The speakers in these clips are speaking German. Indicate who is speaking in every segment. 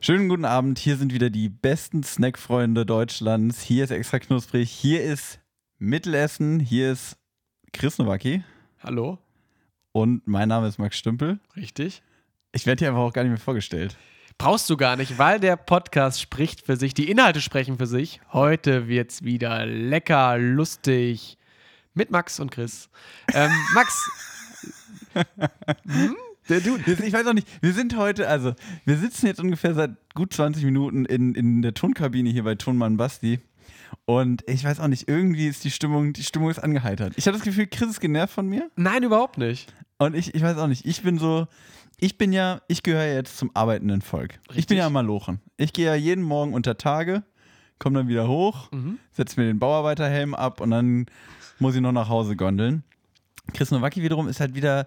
Speaker 1: Schönen guten Abend, hier sind wieder die besten Snackfreunde Deutschlands. Hier ist extra knusprig, hier ist Mittelessen, hier ist Chris Nowacki
Speaker 2: Hallo,
Speaker 1: und mein Name ist Max Stümpel.
Speaker 2: richtig.
Speaker 1: Ich werde hier einfach auch gar nicht mehr vorgestellt.
Speaker 2: Brauchst du gar nicht, weil der Podcast spricht für sich, die Inhalte sprechen für sich. Heute wird's wieder lecker, lustig mit Max und Chris. Ähm, Max,
Speaker 1: Der Dude. Ich weiß auch nicht, wir sind heute, also wir sitzen jetzt ungefähr seit gut 20 Minuten in, in der Tonkabine hier bei Tonmann Basti. Und ich weiß auch nicht, irgendwie ist die Stimmung, die Stimmung ist angeheitert. Ich habe das Gefühl, Chris ist genervt von mir.
Speaker 2: nein, überhaupt nicht.
Speaker 1: Und ich, ich weiß auch nicht, ich bin so, ich bin ja, ich gehöre jetzt zum arbeitenden Volk. Ich bin
Speaker 2: Richtig.
Speaker 1: ja Malochen. Ich gehe ja jeden Morgen unter Tage, komme dann wieder hoch,
Speaker 2: Mhm.
Speaker 1: setze mir den Bauarbeiterhelm ab und dann muss ich noch nach Hause gondeln. Chris Nowacki wiederum ist halt wieder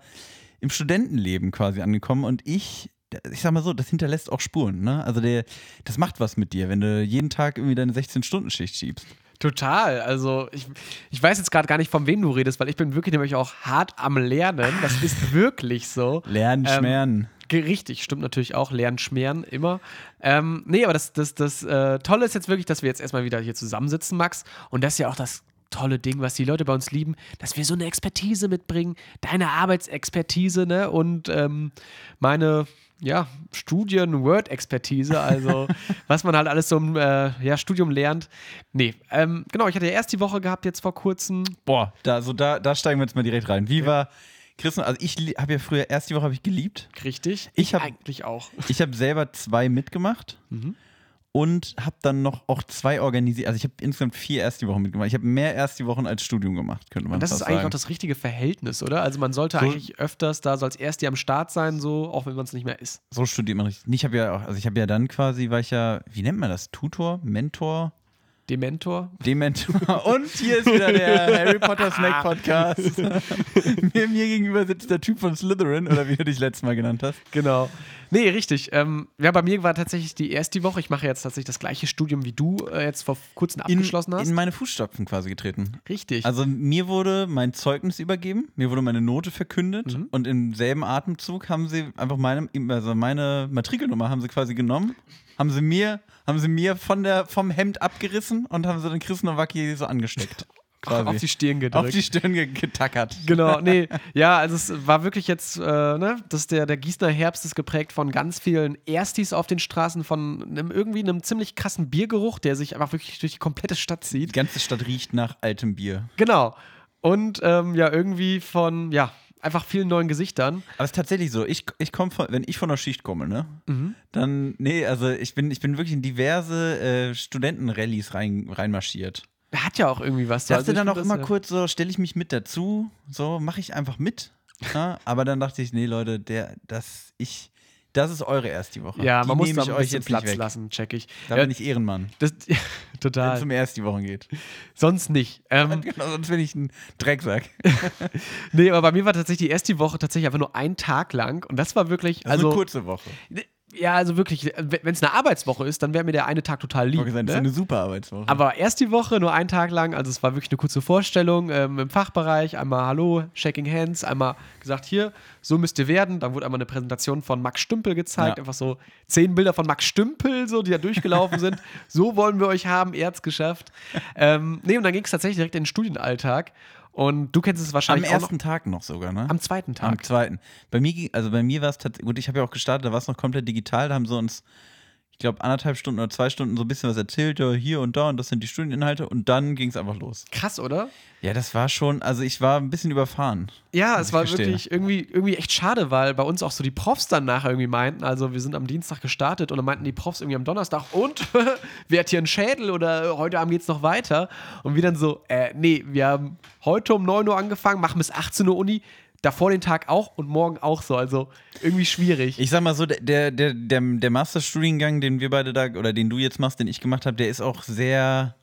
Speaker 1: im Studentenleben quasi angekommen und ich, ich sag mal so, das hinterlässt auch Spuren, ne? Also der, das macht was mit dir, wenn du jeden Tag irgendwie deine 16-Stunden-Schicht schiebst.
Speaker 2: Total. Also ich, ich weiß jetzt gerade gar nicht, von wem du redest, weil ich bin wirklich nämlich auch hart am Lernen. Das ist wirklich so.
Speaker 1: Lernen,
Speaker 2: Ähm,
Speaker 1: schmeren.
Speaker 2: Ge- Richtig, stimmt natürlich auch. Lernen, schmeren, immer. Ähm, nee, aber das, das, das äh, Tolle ist jetzt wirklich, dass wir jetzt erstmal wieder hier zusammensitzen, Max. Und das ist ja auch das tolle Ding, was die Leute bei uns lieben, dass wir so eine Expertise mitbringen, deine Arbeitsexpertise, ne? Und ähm, meine, ja, Studien-Word-Expertise, also was man halt alles so im äh, ja, Studium lernt. Nee, ähm, genau, ich hatte ja erst die Woche gehabt, jetzt vor kurzem.
Speaker 1: Boah, da, also da, da steigen wir jetzt mal direkt rein. Wie war Chris? Also ich habe ja früher, erst die Woche habe ich geliebt.
Speaker 2: Richtig.
Speaker 1: Ich hab-
Speaker 2: eigentlich auch.
Speaker 1: Ich habe selber zwei mitgemacht
Speaker 2: Mhm.
Speaker 1: und habe dann noch auch zwei organisiert. Also ich habe insgesamt vier erst die Woche mitgemacht. Ich habe mehr erst die Wochen als Studium gemacht, könnte man
Speaker 2: Und das ist
Speaker 1: fast
Speaker 2: eigentlich
Speaker 1: sagen.
Speaker 2: auch das richtige Verhältnis, oder? Also man sollte
Speaker 1: So-
Speaker 2: eigentlich öfters da so als Erste am Start sein, so, auch wenn man es nicht mehr ist.
Speaker 1: so studiert man richtig. Ich habe ja auch, also ich habe ja dann quasi, war ich ja, wie nennt man das? Tutor, Mentor,
Speaker 2: Dementor.
Speaker 1: Dementor. Und hier ist wieder der Harry Potter Snack Podcast. mir, mir gegenüber sitzt der Typ von Slytherin oder wie du dich letztes Mal genannt hast.
Speaker 2: Genau. Nee, richtig. Ähm, ja, bei mir war tatsächlich die erste Woche. Ich mache jetzt tatsächlich das gleiche Studium, wie du äh, jetzt vor kurzem
Speaker 1: In,
Speaker 2: abgeschlossen hast.
Speaker 1: in meine Fußstapfen quasi getreten.
Speaker 2: richtig.
Speaker 1: Also mir wurde mein Zeugnis übergeben, mir wurde meine Note verkündet und im selben Atemzug haben sie einfach meine, also meine Matrikelnummer haben sie quasi genommen, haben sie mir, haben sie mir von der, vom Hemd abgerissen und haben sie dann Chris Nowacki so angesteckt. Quasi.
Speaker 2: auf die Stirn gedrückt.
Speaker 1: Auf die Stirn ge getackert.
Speaker 2: genau, nee. Ja, also es war wirklich jetzt, äh, ne, dass der, der Gießener Herbst ist geprägt von ganz vielen Erstis auf den Straßen, von einem, irgendwie einem ziemlich krassen Biergeruch, der sich einfach wirklich durch die komplette Stadt zieht.
Speaker 1: Die ganze Stadt riecht nach altem Bier.
Speaker 2: Genau. Und ähm, ja, irgendwie von, ja, einfach vielen neuen Gesichtern.
Speaker 1: Aber es ist tatsächlich so, ich, ich komme von, wenn ich von der Schicht komme, ne?
Speaker 2: Mhm.
Speaker 1: Dann, nee, also ich bin, ich bin wirklich in diverse äh, Studentenrallyes rein, reinmarschiert.
Speaker 2: Hat ja auch irgendwie was. so.
Speaker 1: Dachte
Speaker 2: ich
Speaker 1: dann auch
Speaker 2: find
Speaker 1: immer
Speaker 2: das, äh,
Speaker 1: kurz so, stelle ich mich mit dazu, so mache ich einfach mit. Ja, aber dann dachte ich, nee, Leute, der, das, ich, das ist eure erst die Woche.
Speaker 2: Ja,
Speaker 1: die
Speaker 2: man muss
Speaker 1: nehme
Speaker 2: da
Speaker 1: ich
Speaker 2: ein
Speaker 1: euch
Speaker 2: bisschen
Speaker 1: jetzt
Speaker 2: Platz
Speaker 1: nicht weg.
Speaker 2: lassen, check ich.
Speaker 1: Da
Speaker 2: Ja,
Speaker 1: bin ich Ehrenmann,
Speaker 2: das,
Speaker 1: wenn
Speaker 2: total.
Speaker 1: es um erst die Woche geht.
Speaker 2: Sonst nicht. Ähm,
Speaker 1: Genau, sonst bin ich ein Drecksack.
Speaker 2: nee, aber bei mir war tatsächlich die erste Woche tatsächlich einfach nur ein Tag lang. Und das war wirklich.
Speaker 1: Das also, ist eine
Speaker 2: Also,
Speaker 1: kurze Woche.
Speaker 2: ja, also wirklich, wenn es eine Arbeitswoche ist, dann wäre mir der eine Tag total lieb.
Speaker 1: Ich gesagt, das ist
Speaker 2: ne?
Speaker 1: eine super Arbeitswoche.
Speaker 2: Aber erst die Woche, nur einen Tag lang. Also es war wirklich eine kurze Vorstellung ähm, im Fachbereich. Einmal Hallo, Shaking Hands, einmal gesagt, hier, so müsst ihr werden. Dann wurde einmal eine Präsentation von Max Stümpel gezeigt.
Speaker 1: Ja.
Speaker 2: Einfach so zehn Bilder von Max Stümpel, so, die da durchgelaufen sind. So wollen wir euch haben, ihr habt's geschafft. Ähm, nee, und dann ging es tatsächlich direkt in den Studienalltag. Und du kennst es
Speaker 1: am
Speaker 2: wahrscheinlich auch
Speaker 1: ersten Tag noch sogar, ne?
Speaker 2: noch, am zweiten Tag.
Speaker 1: Am zweiten. Bei mir, ging- also bei mir war es tatsächlich, gut, ich habe ja auch gestartet, da war es noch komplett digital, da haben sie uns, ich glaube, anderthalb Stunden oder zwei Stunden so ein bisschen was erzählt, ja, hier und da und das sind die Studieninhalte und dann ging es einfach los.
Speaker 2: Krass, oder?
Speaker 1: Ja, das war schon, also ich war ein bisschen überfahren.
Speaker 2: Ja,
Speaker 1: Muss
Speaker 2: es
Speaker 1: ich
Speaker 2: war
Speaker 1: gestehen.
Speaker 2: wirklich irgendwie, irgendwie echt schade, weil bei uns auch so die Profs dann nachher irgendwie meinten, also wir sind am Dienstag gestartet und dann meinten die Profs irgendwie am Donnerstag und wer hat hier einen Schädel oder heute Abend geht's noch weiter? Und wir dann so, äh, nee, wir haben heute um 9 Uhr angefangen, machen bis 18 Uhr Uni, davor den Tag auch und morgen auch so, also irgendwie schwierig.
Speaker 1: Ich sag mal so, der, der, der, der Masterstudiengang, den wir beide da, oder den du jetzt machst, den ich gemacht habe, der ist auch sehr,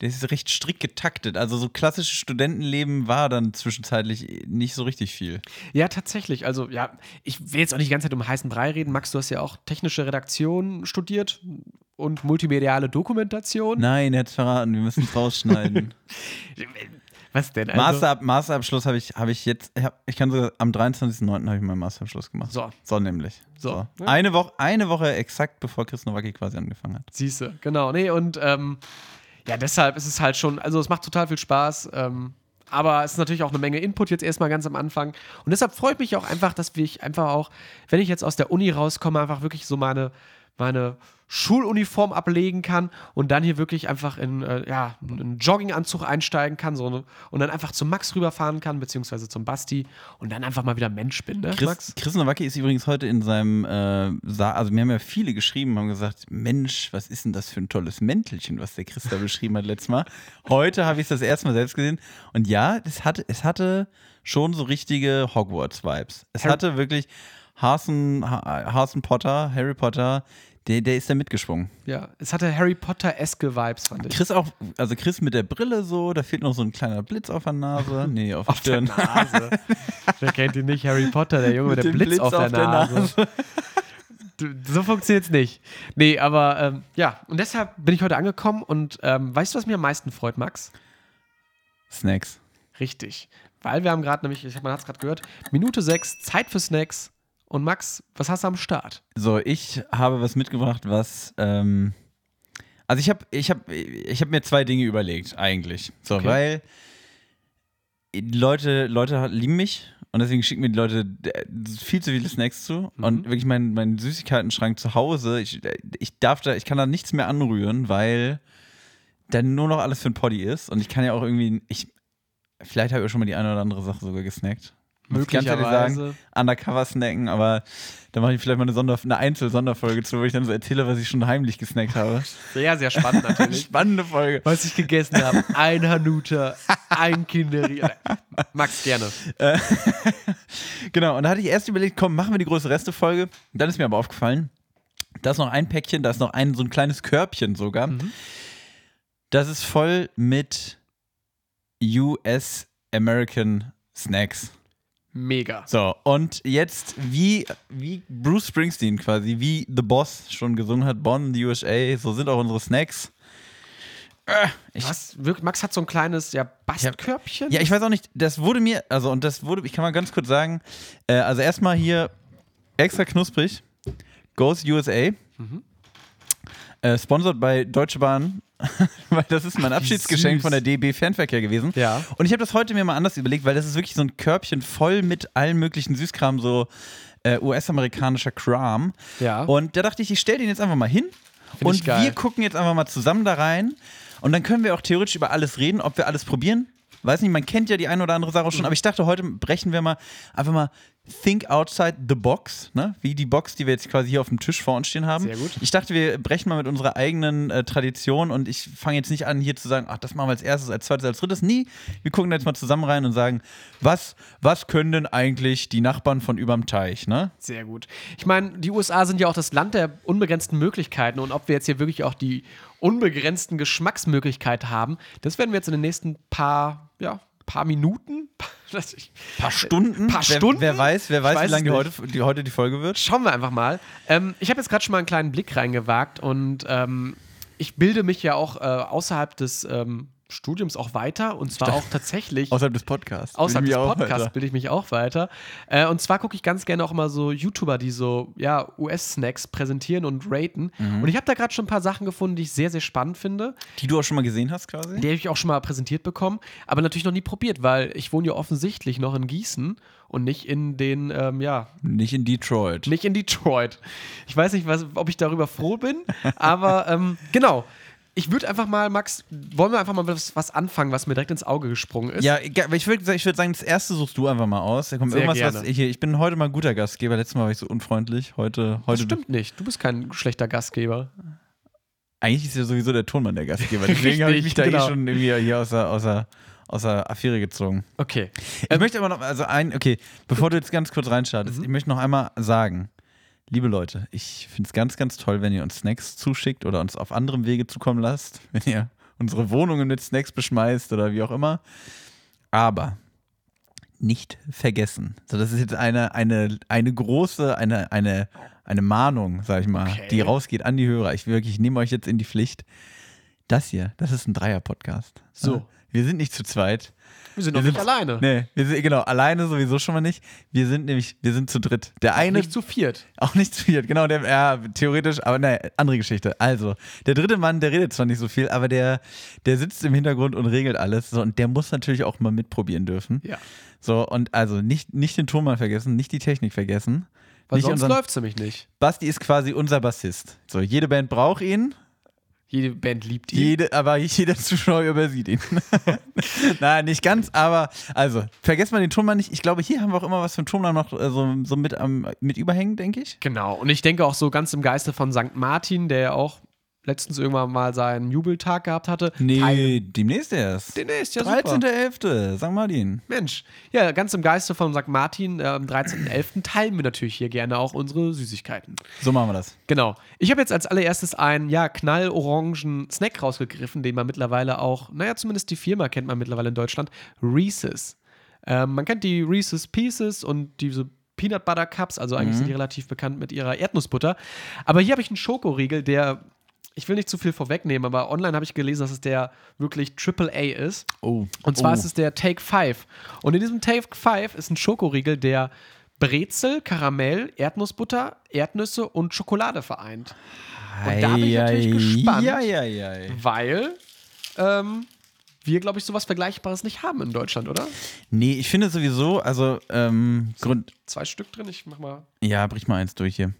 Speaker 1: der ist recht strikt getaktet. Also so klassisches Studentenleben war dann zwischenzeitlich nicht so richtig viel.
Speaker 2: Ja, tatsächlich, also ja, ich will jetzt auch nicht die ganze Zeit um heißen Brei reden, Max, du hast ja auch technische Redaktion studiert und multimediale Dokumentation.
Speaker 1: Nein, er hat's verraten, wir müssen es rausschneiden.
Speaker 2: Was denn? Also,
Speaker 1: Masterab Masterabschluss habe ich, habe ich jetzt, ich, hab, ich kann sogar, am 23.09. habe ich meinen Masterabschluss gemacht.
Speaker 2: So.
Speaker 1: So nämlich.
Speaker 2: So. Ja.
Speaker 1: Eine, Woche, eine Woche exakt bevor Chris Nowacki quasi angefangen hat.
Speaker 2: Siehste, genau. Nee, und ähm, ja, deshalb ist es halt schon, also es macht total viel Spaß. Ähm, aber es ist natürlich auch eine Menge Input jetzt erstmal ganz am Anfang. Und deshalb freut mich auch einfach, dass ich einfach auch, wenn ich jetzt aus der Uni rauskomme, einfach wirklich so meine, meine Schuluniform ablegen kann und dann hier wirklich einfach in äh, ja, einen Jogginganzug einsteigen kann so, ne? und dann einfach zum Max rüberfahren kann, beziehungsweise zum Basti und dann einfach mal wieder Mensch bin. Ne,
Speaker 1: Chris, Chris Nowacki ist übrigens heute in seinem, äh, Sa also mir haben ja viele geschrieben, haben gesagt, Mensch, was ist denn das für ein tolles Mäntelchen, was der Chris da beschrieben hat letztes Mal. Heute habe ich es das erste Mal selbst gesehen und ja, es hatte, es hatte schon so richtige Hogwarts-Vibes. Es
Speaker 2: Harry-
Speaker 1: hatte wirklich Hasen, ha Hasen Potter, Harry Potter, der, der ist da mitgeschwungen.
Speaker 2: Ja, es hatte Harry Potter-eske Vibes, fand ich.
Speaker 1: Chris auch, also Chris mit der Brille so, da fehlt noch so ein kleiner Blitz auf der Nase. Nee, auf,
Speaker 2: Auf
Speaker 1: der
Speaker 2: der
Speaker 1: Stirn.
Speaker 2: Nase. Wer kennt ihn nicht? Harry Potter, der Junge mit,
Speaker 1: Mit
Speaker 2: dem
Speaker 1: dem
Speaker 2: Blitz,
Speaker 1: Blitz
Speaker 2: auf, der,
Speaker 1: auf der
Speaker 2: Nase. Du- So funktioniert's nicht. Nee, aber ähm, ja, und deshalb bin ich heute angekommen und ähm, weißt du, was mich am meisten freut, Max?
Speaker 1: Snacks.
Speaker 2: Richtig. Weil wir haben gerade nämlich, ich hab, man hat es gerade gehört, Minute 6, Zeit für Snacks. Und Max, was hast du am Start?
Speaker 1: So, ich habe was mitgebracht, was. Ähm, also ich habe ich hab, ich hab mir zwei Dinge überlegt, eigentlich. So,
Speaker 2: Okay.
Speaker 1: weil die Leute, Leute lieben mich und deswegen schicken mir die Leute äh, viel zu viele Snacks zu.
Speaker 2: Mhm.
Speaker 1: Und wirklich mein, mein Süßigkeitenschrank zu Hause, ich, ich darf da, ich kann da nichts mehr anrühren, weil dann nur noch alles für ein Poddy ist. Und ich kann ja auch irgendwie, ich, vielleicht habe ich auch schon mal die eine oder andere Sache sogar gesnackt. Muss ich ganz ehrlich
Speaker 2: Möglicherweise.
Speaker 1: undercover snacken, aber da mache ich vielleicht mal eine, Sonder eine Einzel-Sonderfolge zu, wo ich dann so erzähle, was ich schon heimlich gesnackt habe.
Speaker 2: Sehr, sehr spannend natürlich.
Speaker 1: Spannende Folge.
Speaker 2: was ich gegessen habe. Ein Hanuta, ein Kinderriegel. Max, gerne.
Speaker 1: Genau, und da hatte ich erst überlegt, komm, machen wir die große Reste-Folge. Und Dann ist mir aber aufgefallen, da ist noch ein Päckchen, da ist noch ein so ein kleines Körbchen sogar.
Speaker 2: Mhm.
Speaker 1: Das ist voll mit US-American Snacks.
Speaker 2: Mega.
Speaker 1: So, und jetzt, wie, wie Bruce Springsteen quasi, wie The Boss schon gesungen hat, Bonn, the USA, so sind auch unsere Snacks. Äh, Ich,
Speaker 2: Was? Wirk- Max hat so ein kleines ja, Bastkörbchen.
Speaker 1: Ja, ich weiß auch nicht, das wurde mir, also und das wurde, ich kann mal ganz kurz sagen, äh, also erstmal hier extra knusprig, Goes USA,
Speaker 2: Mhm.
Speaker 1: äh, sponsored bei Deutsche Bahn, weil das ist mein Abschiedsgeschenk
Speaker 2: süß.
Speaker 1: von der DB Fernverkehr gewesen.
Speaker 2: Ja.
Speaker 1: Und ich habe das heute mir mal anders überlegt, weil das ist wirklich so ein Körbchen voll mit allen möglichen Süßkram, so äh, US-amerikanischer Kram.
Speaker 2: Ja.
Speaker 1: Und da dachte ich, ich stelle den jetzt einfach mal hin.
Speaker 2: Find ich
Speaker 1: und
Speaker 2: geil.
Speaker 1: wir gucken jetzt einfach mal zusammen da rein. Und dann können wir auch theoretisch über alles reden, ob wir alles probieren. Weiß nicht, man kennt ja die eine oder andere Sache
Speaker 2: Mhm.
Speaker 1: schon, aber ich dachte, heute brechen wir mal einfach mal Think Outside the Box, ne? Wie die Box, die wir jetzt quasi hier auf dem Tisch vor uns stehen haben.
Speaker 2: Sehr gut.
Speaker 1: Ich dachte, wir brechen mal mit unserer eigenen äh, Tradition und ich fange jetzt nicht an, hier zu sagen, ach, das machen wir als erstes, als zweites, als drittes. Nie. Wir gucken da jetzt mal zusammen rein und sagen, was, was können denn eigentlich die Nachbarn von überm Teich, ne?
Speaker 2: Sehr gut. Ich meine, die USA sind ja auch das Land der unbegrenzten Möglichkeiten und ob wir jetzt hier wirklich auch die unbegrenzten Geschmacksmöglichkeiten haben, das werden wir jetzt in den nächsten paar, ja, paar Minuten, weiß ich-
Speaker 1: paar Stunden.
Speaker 2: Äh, Paar
Speaker 1: wer,
Speaker 2: Stunden?
Speaker 1: Wer weiß, wer weiß,
Speaker 2: weiß
Speaker 1: wie lange die
Speaker 2: es
Speaker 1: heute, die heute die Folge wird.
Speaker 2: schauen wir einfach mal. Ähm, ich habe jetzt gerade schon mal einen kleinen Blick reingewagt und ähm, ich bilde mich ja auch äh, außerhalb des ähm, Studiums auch weiter und zwar auch tatsächlich
Speaker 1: Außerhalb des Podcasts.
Speaker 2: Außerhalb
Speaker 1: Bin ich
Speaker 2: des
Speaker 1: auch
Speaker 2: Podcasts
Speaker 1: weiter.
Speaker 2: bilde ich mich auch weiter. Äh, und zwar gucke ich ganz gerne auch immer so YouTuber, die so ja, US-Snacks präsentieren und raten.
Speaker 1: Mhm.
Speaker 2: Und ich habe da gerade schon ein paar Sachen gefunden, die ich sehr, sehr spannend finde.
Speaker 1: Die du auch schon mal gesehen hast, quasi.
Speaker 2: Die habe ich auch schon mal präsentiert bekommen, aber natürlich noch nie probiert, weil ich wohne ja offensichtlich noch in Gießen und nicht in den, ähm, ja,
Speaker 1: Nicht in Detroit.
Speaker 2: nicht in Detroit. Ich weiß nicht, was, ob ich darüber froh bin, aber ähm, genau. Ich würde einfach mal, Max, wollen wir einfach mal was, was anfangen, was mir direkt ins Auge gesprungen ist?
Speaker 1: Ja, egal, aber ich würde ich würd sagen, das erste suchst du einfach mal aus. Da kommt
Speaker 2: Sehr
Speaker 1: irgendwas,
Speaker 2: gerne.
Speaker 1: was hier. Ich bin heute mal guter Gastgeber. Letztes Mal war ich so unfreundlich. Heute,
Speaker 2: das
Speaker 1: heute
Speaker 2: stimmt nicht. Du bist kein schlechter Gastgeber.
Speaker 1: Eigentlich ist ja sowieso der Tonmann der Gastgeber. Deswegen habe ich mich da
Speaker 2: Richtig,
Speaker 1: eh
Speaker 2: genau.
Speaker 1: schon irgendwie hier aus der, aus der, aus der Affäre gezogen.
Speaker 2: Okay.
Speaker 1: Ich möchte aber noch, also ein, okay, bevor du jetzt ganz kurz
Speaker 2: Mhm.
Speaker 1: reinstartest, ich möchte noch einmal sagen, liebe Leute, ich finde es ganz, ganz toll, wenn ihr uns Snacks zuschickt oder uns auf anderem Wege zukommen lasst, wenn ihr unsere Wohnungen mit Snacks beschmeißt oder wie auch immer. Aber nicht vergessen. So, das ist jetzt eine, eine, eine große, eine, eine, eine Mahnung, sag ich mal,
Speaker 2: Okay.
Speaker 1: die rausgeht an die Hörer. Ich wirklich, ich nehme euch jetzt in die Pflicht. Das hier, das ist ein Dreier-Podcast.
Speaker 2: So.
Speaker 1: Wir Wir sind nicht zu zweit.
Speaker 2: Wir sind doch
Speaker 1: Wir
Speaker 2: nicht
Speaker 1: sind-
Speaker 2: alleine.
Speaker 1: Nee, wir sind, genau, alleine sowieso schon mal nicht. Wir sind nämlich, wir sind zu dritt. Der eine,
Speaker 2: Nicht zu viert.
Speaker 1: auch nicht zu viert, genau, der, ja, theoretisch, aber naja, andere Geschichte. Also, der dritte Mann, der redet zwar nicht so viel, aber der, der sitzt im Hintergrund und regelt alles. So, und der muss natürlich auch mal mitprobieren dürfen.
Speaker 2: Ja.
Speaker 1: So, und also nicht, nicht den Turmmann vergessen, nicht die Technik vergessen.
Speaker 2: Weil
Speaker 1: nicht
Speaker 2: sonst
Speaker 1: unseren,
Speaker 2: läuft es nämlich nicht.
Speaker 1: Basti ist quasi unser Bassist. So, jede Band braucht ihn,
Speaker 2: Jede Band liebt ihn.
Speaker 1: jede, aber jeder Zuschauer übersieht ihn. Nein, nicht ganz, aber also, vergesst mal den Turmmann nicht. Ich glaube, hier haben wir auch immer was für den Turmmann noch äh, so, so mit, am, mit überhängen, denke ich.
Speaker 2: Genau. Und ich denke auch so ganz im Geiste von St. Martin, der ja auch letztens irgendwann mal seinen Jubeltag gehabt hatte. Teil-
Speaker 1: demnächst erst.
Speaker 2: Demnächst, ja super.
Speaker 1: 13.11., St. Martin.
Speaker 2: Mensch, ja, ganz im Geiste von St. Martin äh, am 13.11. teilen wir natürlich hier gerne auch unsere Süßigkeiten.
Speaker 1: So machen wir das.
Speaker 2: Genau. Ich habe jetzt als allererstes einen, ja, knallorangen Snack rausgegriffen, den man mittlerweile auch, naja, zumindest die Firma kennt man mittlerweile in Deutschland, Reese's. Ähm, man kennt die Reese's Pieces und diese Peanut Butter Cups, also eigentlich sind die relativ bekannt mit ihrer Erdnussbutter. Aber hier habe ich einen Schokoriegel, der, ich will nicht zu viel vorwegnehmen, aber online habe ich gelesen, dass es der wirklich AAA ist.
Speaker 1: Oh.
Speaker 2: Und zwar
Speaker 1: Oh.
Speaker 2: ist es der Take 5. Und in diesem Take 5 ist ein Schokoriegel, der Brezel, Karamell, Erdnussbutter, Erdnüsse und Schokolade vereint. Und da bin ich natürlich
Speaker 1: Ei,
Speaker 2: gespannt,
Speaker 1: ei, ei, ei.
Speaker 2: weil ähm, wir, glaube ich, sowas Vergleichbares nicht haben in Deutschland, oder?
Speaker 1: Nee, ich finde sowieso, also, ähm, Grund.
Speaker 2: Zwei Stück drin, ich mach mal.
Speaker 1: Ja, brich mal eins durch hier.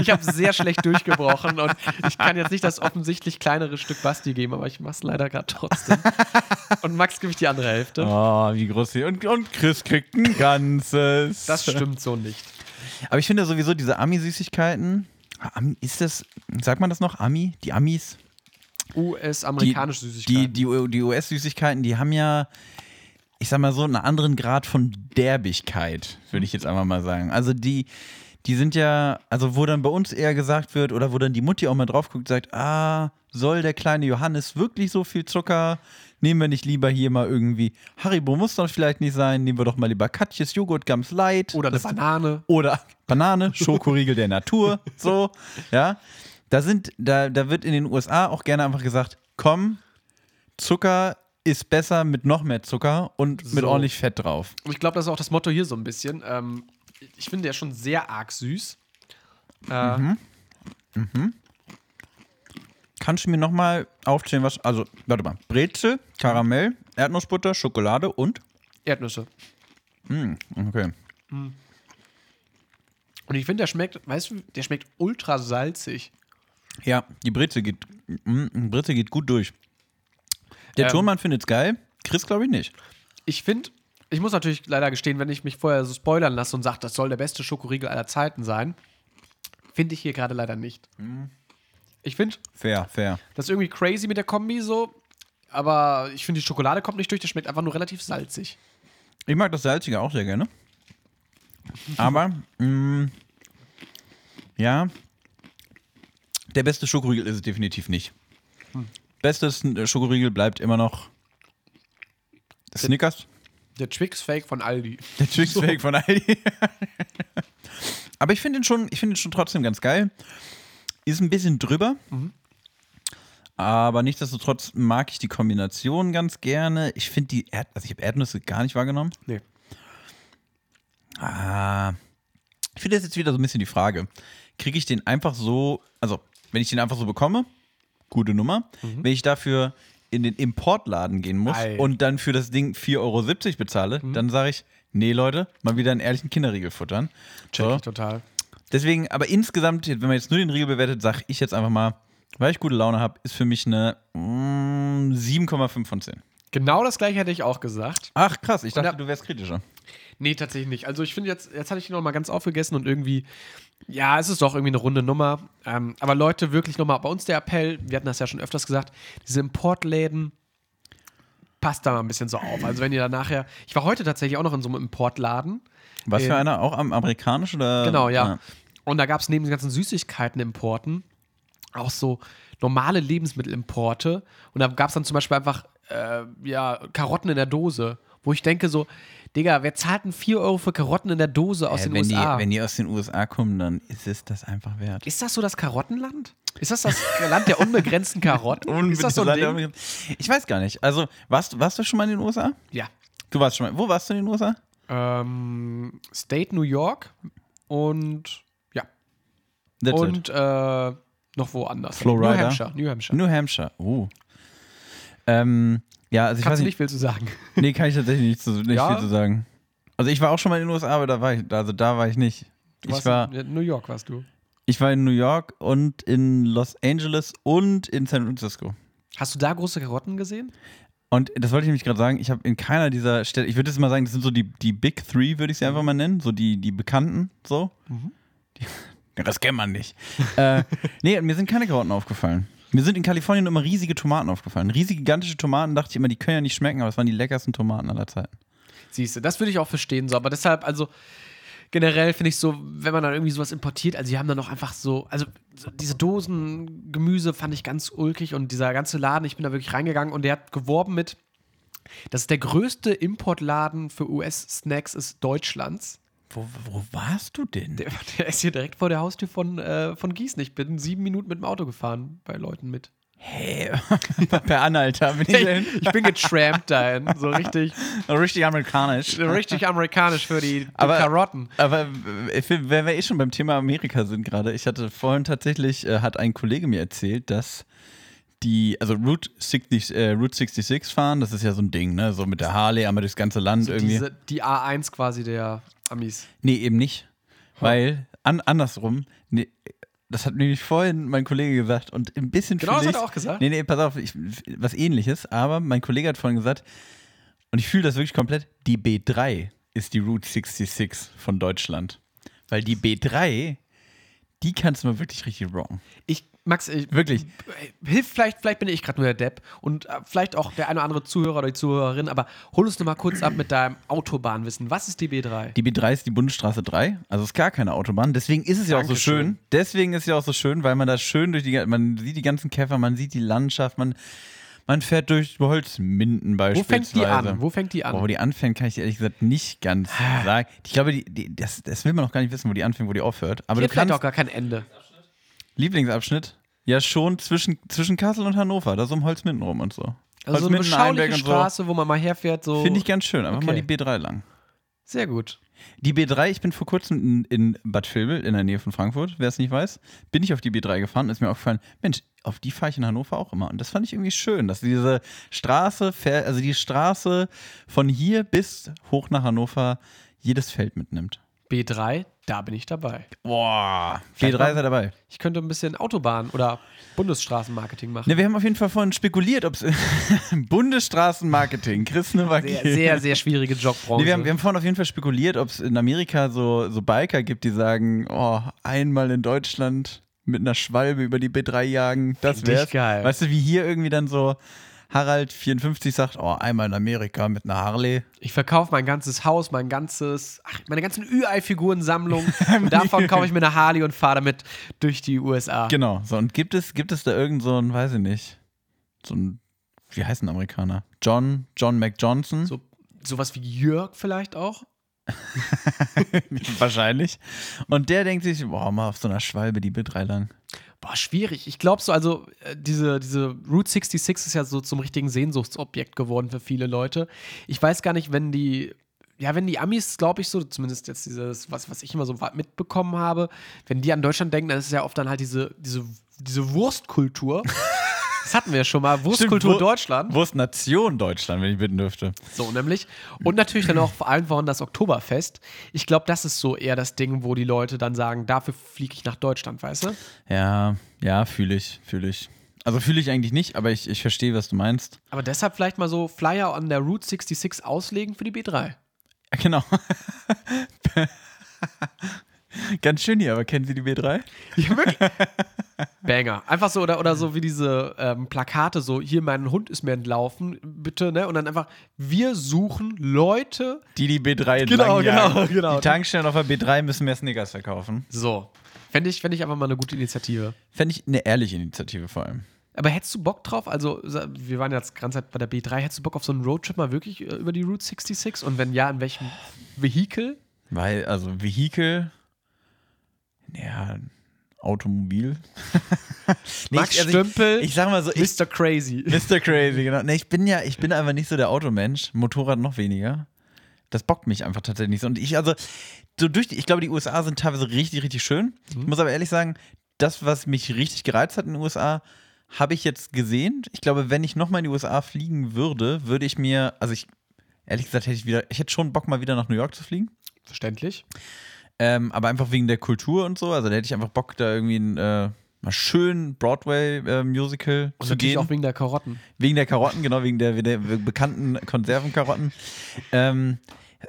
Speaker 2: Ich habe sehr schlecht durchgebrochen und ich kann jetzt nicht das offensichtlich kleinere Stück Basti geben, aber ich mach's leider gerade trotzdem. Und Max gebe ich die andere Hälfte.
Speaker 1: Oh, wie groß hier. Und, und Chris kriegt ein ganzes.
Speaker 2: Das stimmt so nicht.
Speaker 1: Aber ich finde sowieso diese Ami-Süßigkeiten. ah, Ami, ist das, sagt man das noch? Ami? Die Amis? Die,
Speaker 2: US-amerikanische Süßigkeit.
Speaker 1: die, die, U- die US-Süßigkeiten, die haben ja, ich sag mal so, einen anderen Grad von Derbigkeit, würde ich jetzt einfach mal sagen. Also die, die sind ja, also wo dann bei uns eher gesagt wird, oder wo dann die Mutti auch mal drauf guckt und sagt, ah, soll der kleine Johannes wirklich so viel Zucker? Nehmen wir nicht lieber hier mal irgendwie Haribo muss doch vielleicht nicht sein, nehmen wir doch mal lieber Katjes Joghurt Gums Light.
Speaker 2: Oder eine
Speaker 1: Das-
Speaker 2: Banane.
Speaker 1: oder Banane, Schokoriegel der Natur, so, ja. Da sind, da, da wird in den USA auch gerne einfach gesagt, komm, Zucker ist besser mit noch mehr Zucker und mit
Speaker 2: So.
Speaker 1: ordentlich Fett drauf.
Speaker 2: Und ich glaube, das ist auch das Motto hier so ein bisschen. Ähm, ich finde der schon sehr arg süß. Äh,
Speaker 1: Mhm. Kannst du mir nochmal aufzählen, was, also, warte mal, Brezel, Karamell, Erdnussbutter, Schokolade und,
Speaker 2: Erdnüsse.
Speaker 1: okay,
Speaker 2: Und ich finde, der schmeckt, weißt du, der schmeckt ultra salzig.
Speaker 1: ja, die Brezel geht, mm, Brezel geht gut durch. Der
Speaker 2: Ähm.
Speaker 1: Turmmann findet's geil, Chris glaube ich nicht.
Speaker 2: Ich finde, ich muss natürlich leider gestehen, wenn ich mich vorher so spoilern lasse und sage, das soll der beste Schokoriegel aller Zeiten sein, finde ich hier gerade leider nicht.
Speaker 1: Mhm.
Speaker 2: Ich finde,
Speaker 1: Fair, fair.
Speaker 2: das ist irgendwie crazy mit der Kombi so. Aber ich finde, die Schokolade kommt nicht durch, der schmeckt einfach nur relativ salzig.
Speaker 1: Ich mag das Salzige auch sehr gerne. Aber, mh, ja, der beste Schokoriegel ist es definitiv nicht. Bestes äh, Schokoriegel bleibt immer noch Snickers,
Speaker 2: Der Twix Fake von Aldi.
Speaker 1: der Twix Fake von Aldi. Aber ich finde ihn, schon- ich finde ihn schon trotzdem ganz geil. Ist ein bisschen drüber. Aber nichtsdestotrotz mag ich die Kombination ganz gerne. Ich finde die Erd also ich habe Erdnüsse gar nicht wahrgenommen.
Speaker 2: Nee.
Speaker 1: Ah. Ich finde das jetzt wieder so ein bisschen die Frage. Kriege ich den einfach so, also wenn ich den einfach so bekomme, gute Nummer. Wenn ich dafür in den Importladen gehen muss
Speaker 2: Ei.
Speaker 1: und dann für das Ding 4,70 Euro bezahle, dann sage ich, nee Leute, mal wieder einen ehrlichen Kinderriegel futtern.
Speaker 2: Check
Speaker 1: So.
Speaker 2: ich total.
Speaker 1: Deswegen, aber insgesamt, wenn man jetzt nur den Riegel bewertet, sage ich jetzt einfach mal, weil ich gute Laune habe, ist für mich eine mm, 7,5 von 10.
Speaker 2: Genau das gleiche hätte ich auch gesagt.
Speaker 1: Ach krass, ich dachte,
Speaker 2: da-
Speaker 1: du wärst kritischer.
Speaker 2: Nee, tatsächlich nicht. Also ich finde, jetzt, jetzt hatte ich ihn noch mal ganz aufgegessen und irgendwie, ja, es ist doch irgendwie eine runde Nummer. Ähm, aber Leute, wirklich nochmal bei uns der Appell, wir hatten das ja schon öfters gesagt, diese Importläden, passt da mal ein bisschen so auf. Also wenn ihr da nachher, ich war heute tatsächlich auch noch in so einem Importladen.
Speaker 1: Was
Speaker 2: Ähm,
Speaker 1: für einer? Auch am amerikanischen? Oder?
Speaker 2: Genau, ja. Und da gab es neben den ganzen Süßigkeiten-Importen auch so normale Lebensmittelimporte. Und da gab es dann zum Beispiel einfach äh, ja, Karotten in der Dose. wo ich denke so, Digga, wer zahlt denn 4 Euro für Karotten in der Dose aus
Speaker 1: Äh,
Speaker 2: den
Speaker 1: wenn,
Speaker 2: USA?
Speaker 1: Die, wenn die aus den USA kommen, dann ist es das einfach wert.
Speaker 2: ist das so das Karottenland? Ist das das Land der unbegrenzten Karotten? ist das so ein Ding?
Speaker 1: Unbedingt. Ich weiß gar nicht. Also, warst, warst du schon mal in den USA?
Speaker 2: Ja.
Speaker 1: Du warst schon mal. Wo warst du in den USA?
Speaker 2: Ähm, State New York und ja.
Speaker 1: That's it.
Speaker 2: und äh, noch woanders.
Speaker 1: Florida.
Speaker 2: New Hampshire. New Hampshire.
Speaker 1: New Hampshire. Oh. Ähm, ja, also ich
Speaker 2: Kannst
Speaker 1: weiß
Speaker 2: du
Speaker 1: nicht.
Speaker 2: nicht, willst du sagen?
Speaker 1: Nee, kann ich tatsächlich nicht, zu, nicht
Speaker 2: Ja.
Speaker 1: viel zu sagen. Also ich war auch schon mal in den USA, aber da war ich, also da war ich nicht.
Speaker 2: Du
Speaker 1: Ich
Speaker 2: warst
Speaker 1: war,
Speaker 2: in New York warst du.
Speaker 1: ich war in New York und in Los Angeles und in San Francisco.
Speaker 2: Hast du da große Karotten gesehen?
Speaker 1: Und das wollte ich nämlich gerade sagen, ich habe in keiner dieser Städte, ich würde jetzt mal sagen, das sind so die, die Big Three, würde ich sie einfach mal nennen, so die, die Bekannten, so. Die, das kennt man nicht. äh, nee, mir sind keine Karotten aufgefallen. Mir sind in Kalifornien immer riesige Tomaten aufgefallen. Riesige, gigantische Tomaten, dachte ich immer, die können ja nicht schmecken, aber es waren die leckersten Tomaten aller Zeiten.
Speaker 2: Siehst du, das würde ich auch verstehen, so, aber deshalb, also generell finde ich so, wenn man dann irgendwie sowas importiert, also die haben dann auch einfach so, also so diese Dosen Gemüse fand ich ganz ulkig und dieser ganze Laden, ich bin da wirklich reingegangen und der hat geworben mit, das ist der größte Importladen für US-Snacks ist Deutschlands.
Speaker 1: Wo, wo warst du denn?
Speaker 2: Der, der ist hier direkt vor der Haustür von, äh, von Gießen. Ich bin sieben Minuten mit dem Auto gefahren bei Leuten mit.
Speaker 1: Hey, per Anhalter bin ich
Speaker 2: Ich,
Speaker 1: denn?
Speaker 2: ich bin getrampt dahin, so richtig,
Speaker 1: Richtig amerikanisch.
Speaker 2: richtig amerikanisch für die, die
Speaker 1: Aber-
Speaker 2: Karotten.
Speaker 1: Aber äh, wenn wir eh schon beim Thema Amerika sind gerade, ich hatte vorhin tatsächlich, äh, hat ein Kollege mir erzählt, dass die, also Route 60, äh, Route 66 fahren, das ist ja so ein Ding, ne? So mit der Harley, einmal durchs ganze Land irgendwie.
Speaker 2: Diese, die A1 quasi der Amis.
Speaker 1: Nee, eben nicht. Weil, an, andersrum, nee, das hat nämlich vorhin mein Kollege gesagt und ein bisschen
Speaker 2: Genau,
Speaker 1: fühl
Speaker 2: das hat er
Speaker 1: ich's.
Speaker 2: auch gesagt.
Speaker 1: Nee, nee, pass auf, ich, was ähnliches, aber mein Kollege hat vorhin gesagt, und ich fühle das wirklich komplett, die B3 ist die Route 66 von Deutschland. Weil die B3, die kannst du mal wirklich richtig rocken.
Speaker 2: Ich, Max, ich, äh,
Speaker 1: Wirklich.
Speaker 2: hilf vielleicht, vielleicht bin ich gerade nur der Depp und äh, vielleicht auch der eine oder andere Zuhörer oder die Zuhörerin, aber hol uns noch mal kurz ab mit deinem Autobahnwissen. Was ist die B3?
Speaker 1: Die B3 ist die Bundesstraße 3, also ist gar keine Autobahn. Deswegen ist es ja auch so
Speaker 2: Dankeschön.
Speaker 1: schön. Deswegen ist es ja auch so schön, weil man da schön durch die, ga- man sieht die ganzen Käfer, man sieht die Landschaft, man, man fährt durch Holzminden
Speaker 2: Wo
Speaker 1: beispielsweise.
Speaker 2: fängt die an? Wo fängt die an? Ah.
Speaker 1: Boah, Wo die anfängt, kann ich dir ehrlich gesagt nicht ganz sagen. Ich glaube, die, die, das, das will man noch gar nicht wissen, wo die anfängt, wo die aufhört. Aber
Speaker 2: die
Speaker 1: du
Speaker 2: hat vielleicht
Speaker 1: kannst,
Speaker 2: auch gar kein Ende.
Speaker 1: Lieblingsabschnitt, ja schon zwischen, zwischen Kassel und Hannover, da so um Holzminden rum und so.
Speaker 2: Also so eine
Speaker 1: Holzminden, Einberg
Speaker 2: beschauliche Straße, wo man mal herfährt. So.
Speaker 1: Finde ich ganz schön, einfach mal
Speaker 2: Okay.
Speaker 1: die B3 lang.
Speaker 2: Sehr gut.
Speaker 1: Die B3, ich bin vor kurzem in, in Bad Vilbel, in der Nähe von Frankfurt, wer es nicht weiß, bin ich auf die B3 gefahren und ist mir aufgefallen, Mensch, auf die fahre ich in Hannover auch immer. Und das fand ich irgendwie schön, dass diese Straße, fähr- also die Straße von hier bis hoch nach Hannover jedes Feld mitnimmt.
Speaker 2: B3, da bin ich dabei.
Speaker 1: Boah, B3 sei dabei.
Speaker 2: Ich könnte ein bisschen Autobahn- oder Bundesstraßenmarketing machen.
Speaker 1: Ne, wir haben auf jeden Fall vorhin spekuliert, ob es Bundesstraßenmarketing, Chris Nowacki.
Speaker 2: Sehr, sehr, sehr schwierige Jobbranche.
Speaker 1: Nee, wir, haben, wir haben vorhin auf jeden Fall spekuliert, ob es in Amerika so, so Biker gibt, die sagen, oh, einmal in Deutschland mit einer Schwalbe über die B3 jagen, das
Speaker 2: Find ich
Speaker 1: wär's.
Speaker 2: geil.
Speaker 1: Weißt du, wie hier irgendwie dann so Harald 54 sagt, oh, einmal in Amerika mit einer Harley.
Speaker 2: Ich verkaufe mein ganzes Haus, mein ganzes, ach, meine ganzen Ü-Ei-Figurensammlung. Und davon kaufe ich mir eine Harley und fahre damit durch die USA.
Speaker 1: Genau, so und gibt es, gibt es da irgend so ein, weiß ich nicht, so ein, wie heißt ein Amerikaner? John, John McJohnson?
Speaker 2: So, sowas wie Jörg vielleicht auch.
Speaker 1: Wahrscheinlich. Und der denkt sich, boah, mal auf so einer Schwalbe die B3 lang.
Speaker 2: Boah, schwierig. Ich glaube so, also äh, diese, diese Route 66 ist ja so zum richtigen Sehnsuchtsobjekt geworden für viele Leute. Ich weiß gar nicht, wenn die, ja, wenn die Amis, glaube ich, so, zumindest jetzt dieses, was, was ich immer so wa- mitbekommen habe, wenn die an Deutschland denken, dann ist es ja oft dann halt diese, diese, diese Wurstkultur. Das hatten wir ja schon mal. Wurstkultur
Speaker 1: Wur-
Speaker 2: Deutschland.
Speaker 1: Wo ist Nation Deutschland, wenn ich bitten dürfte?
Speaker 2: So nämlich. Und natürlich dann auch vor allem voran das Oktoberfest. Ich glaube, das ist so eher das Ding, wo die Leute dann sagen, dafür fliege ich nach Deutschland, weißt du?
Speaker 1: Ja, ja, fühle ich, fühle ich. Also fühle ich eigentlich nicht, aber ich, ich verstehe, was du meinst.
Speaker 2: Aber deshalb vielleicht mal so Flyer an der Route 66 auslegen für die B3.
Speaker 1: Ja, Genau. Ganz schön hier, aber kennen Sie die B3?
Speaker 2: Ja, wirklich. Banger. Einfach so, oder, oder so wie diese ähm, Plakate, so hier, mein Hund ist mir entlaufen, bitte, ne? Und dann einfach, wir suchen Leute.
Speaker 1: Die die B3
Speaker 2: Genau,
Speaker 1: entlangjagen.
Speaker 2: genau, genau.
Speaker 1: Die Tankstellen auf der B3 müssen mehr Snickers verkaufen.
Speaker 2: So. Fände ich, fände ich einfach mal eine gute Initiative.
Speaker 1: Fände ich eine ehrliche Initiative vor allem.
Speaker 2: Aber hättest du Bock drauf? Also, sa- wir waren jetzt die ganze Zeit bei der B3. Hättest du Bock auf so einen Roadtrip mal wirklich äh, über die Route 66? Und wenn ja, in welchem Vehikel?
Speaker 1: Weil, also Vehikel, ja, Automobil. Nee,
Speaker 2: Max
Speaker 1: ich- also
Speaker 2: Stümpel,
Speaker 1: Ich, ich sag mal so, ich,
Speaker 2: Mr. Crazy.
Speaker 1: Mr. Crazy, genau. Nee, ich bin ja, ich bin einfach nicht so der Automensch, Motorrad noch weniger. Das bockt mich einfach tatsächlich nicht so. Und ich, also, so durch die, ich glaube, die USA sind teilweise richtig, richtig schön. Ich
Speaker 2: Mhm.
Speaker 1: muss aber ehrlich sagen, das, was mich richtig gereizt hat in den USA, habe ich jetzt gesehen. Ich glaube, wenn ich nochmal in die USA fliegen würde, würde ich mir, also ich, ehrlich gesagt, hätte ich wieder, ich hätte schon Bock, mal wieder nach New York zu fliegen.
Speaker 2: Verständlich.
Speaker 1: Ähm, aber einfach wegen der Kultur und so. Also da hätte ich einfach Bock, da irgendwie ein äh, mal schön Broadway-Musical
Speaker 2: Und
Speaker 1: zu
Speaker 2: natürlich
Speaker 1: gehen.
Speaker 2: auch wegen der Karotten.
Speaker 1: Wegen der Karotten, genau, wegen der, der bekannten Konservenkarotten. Ähm,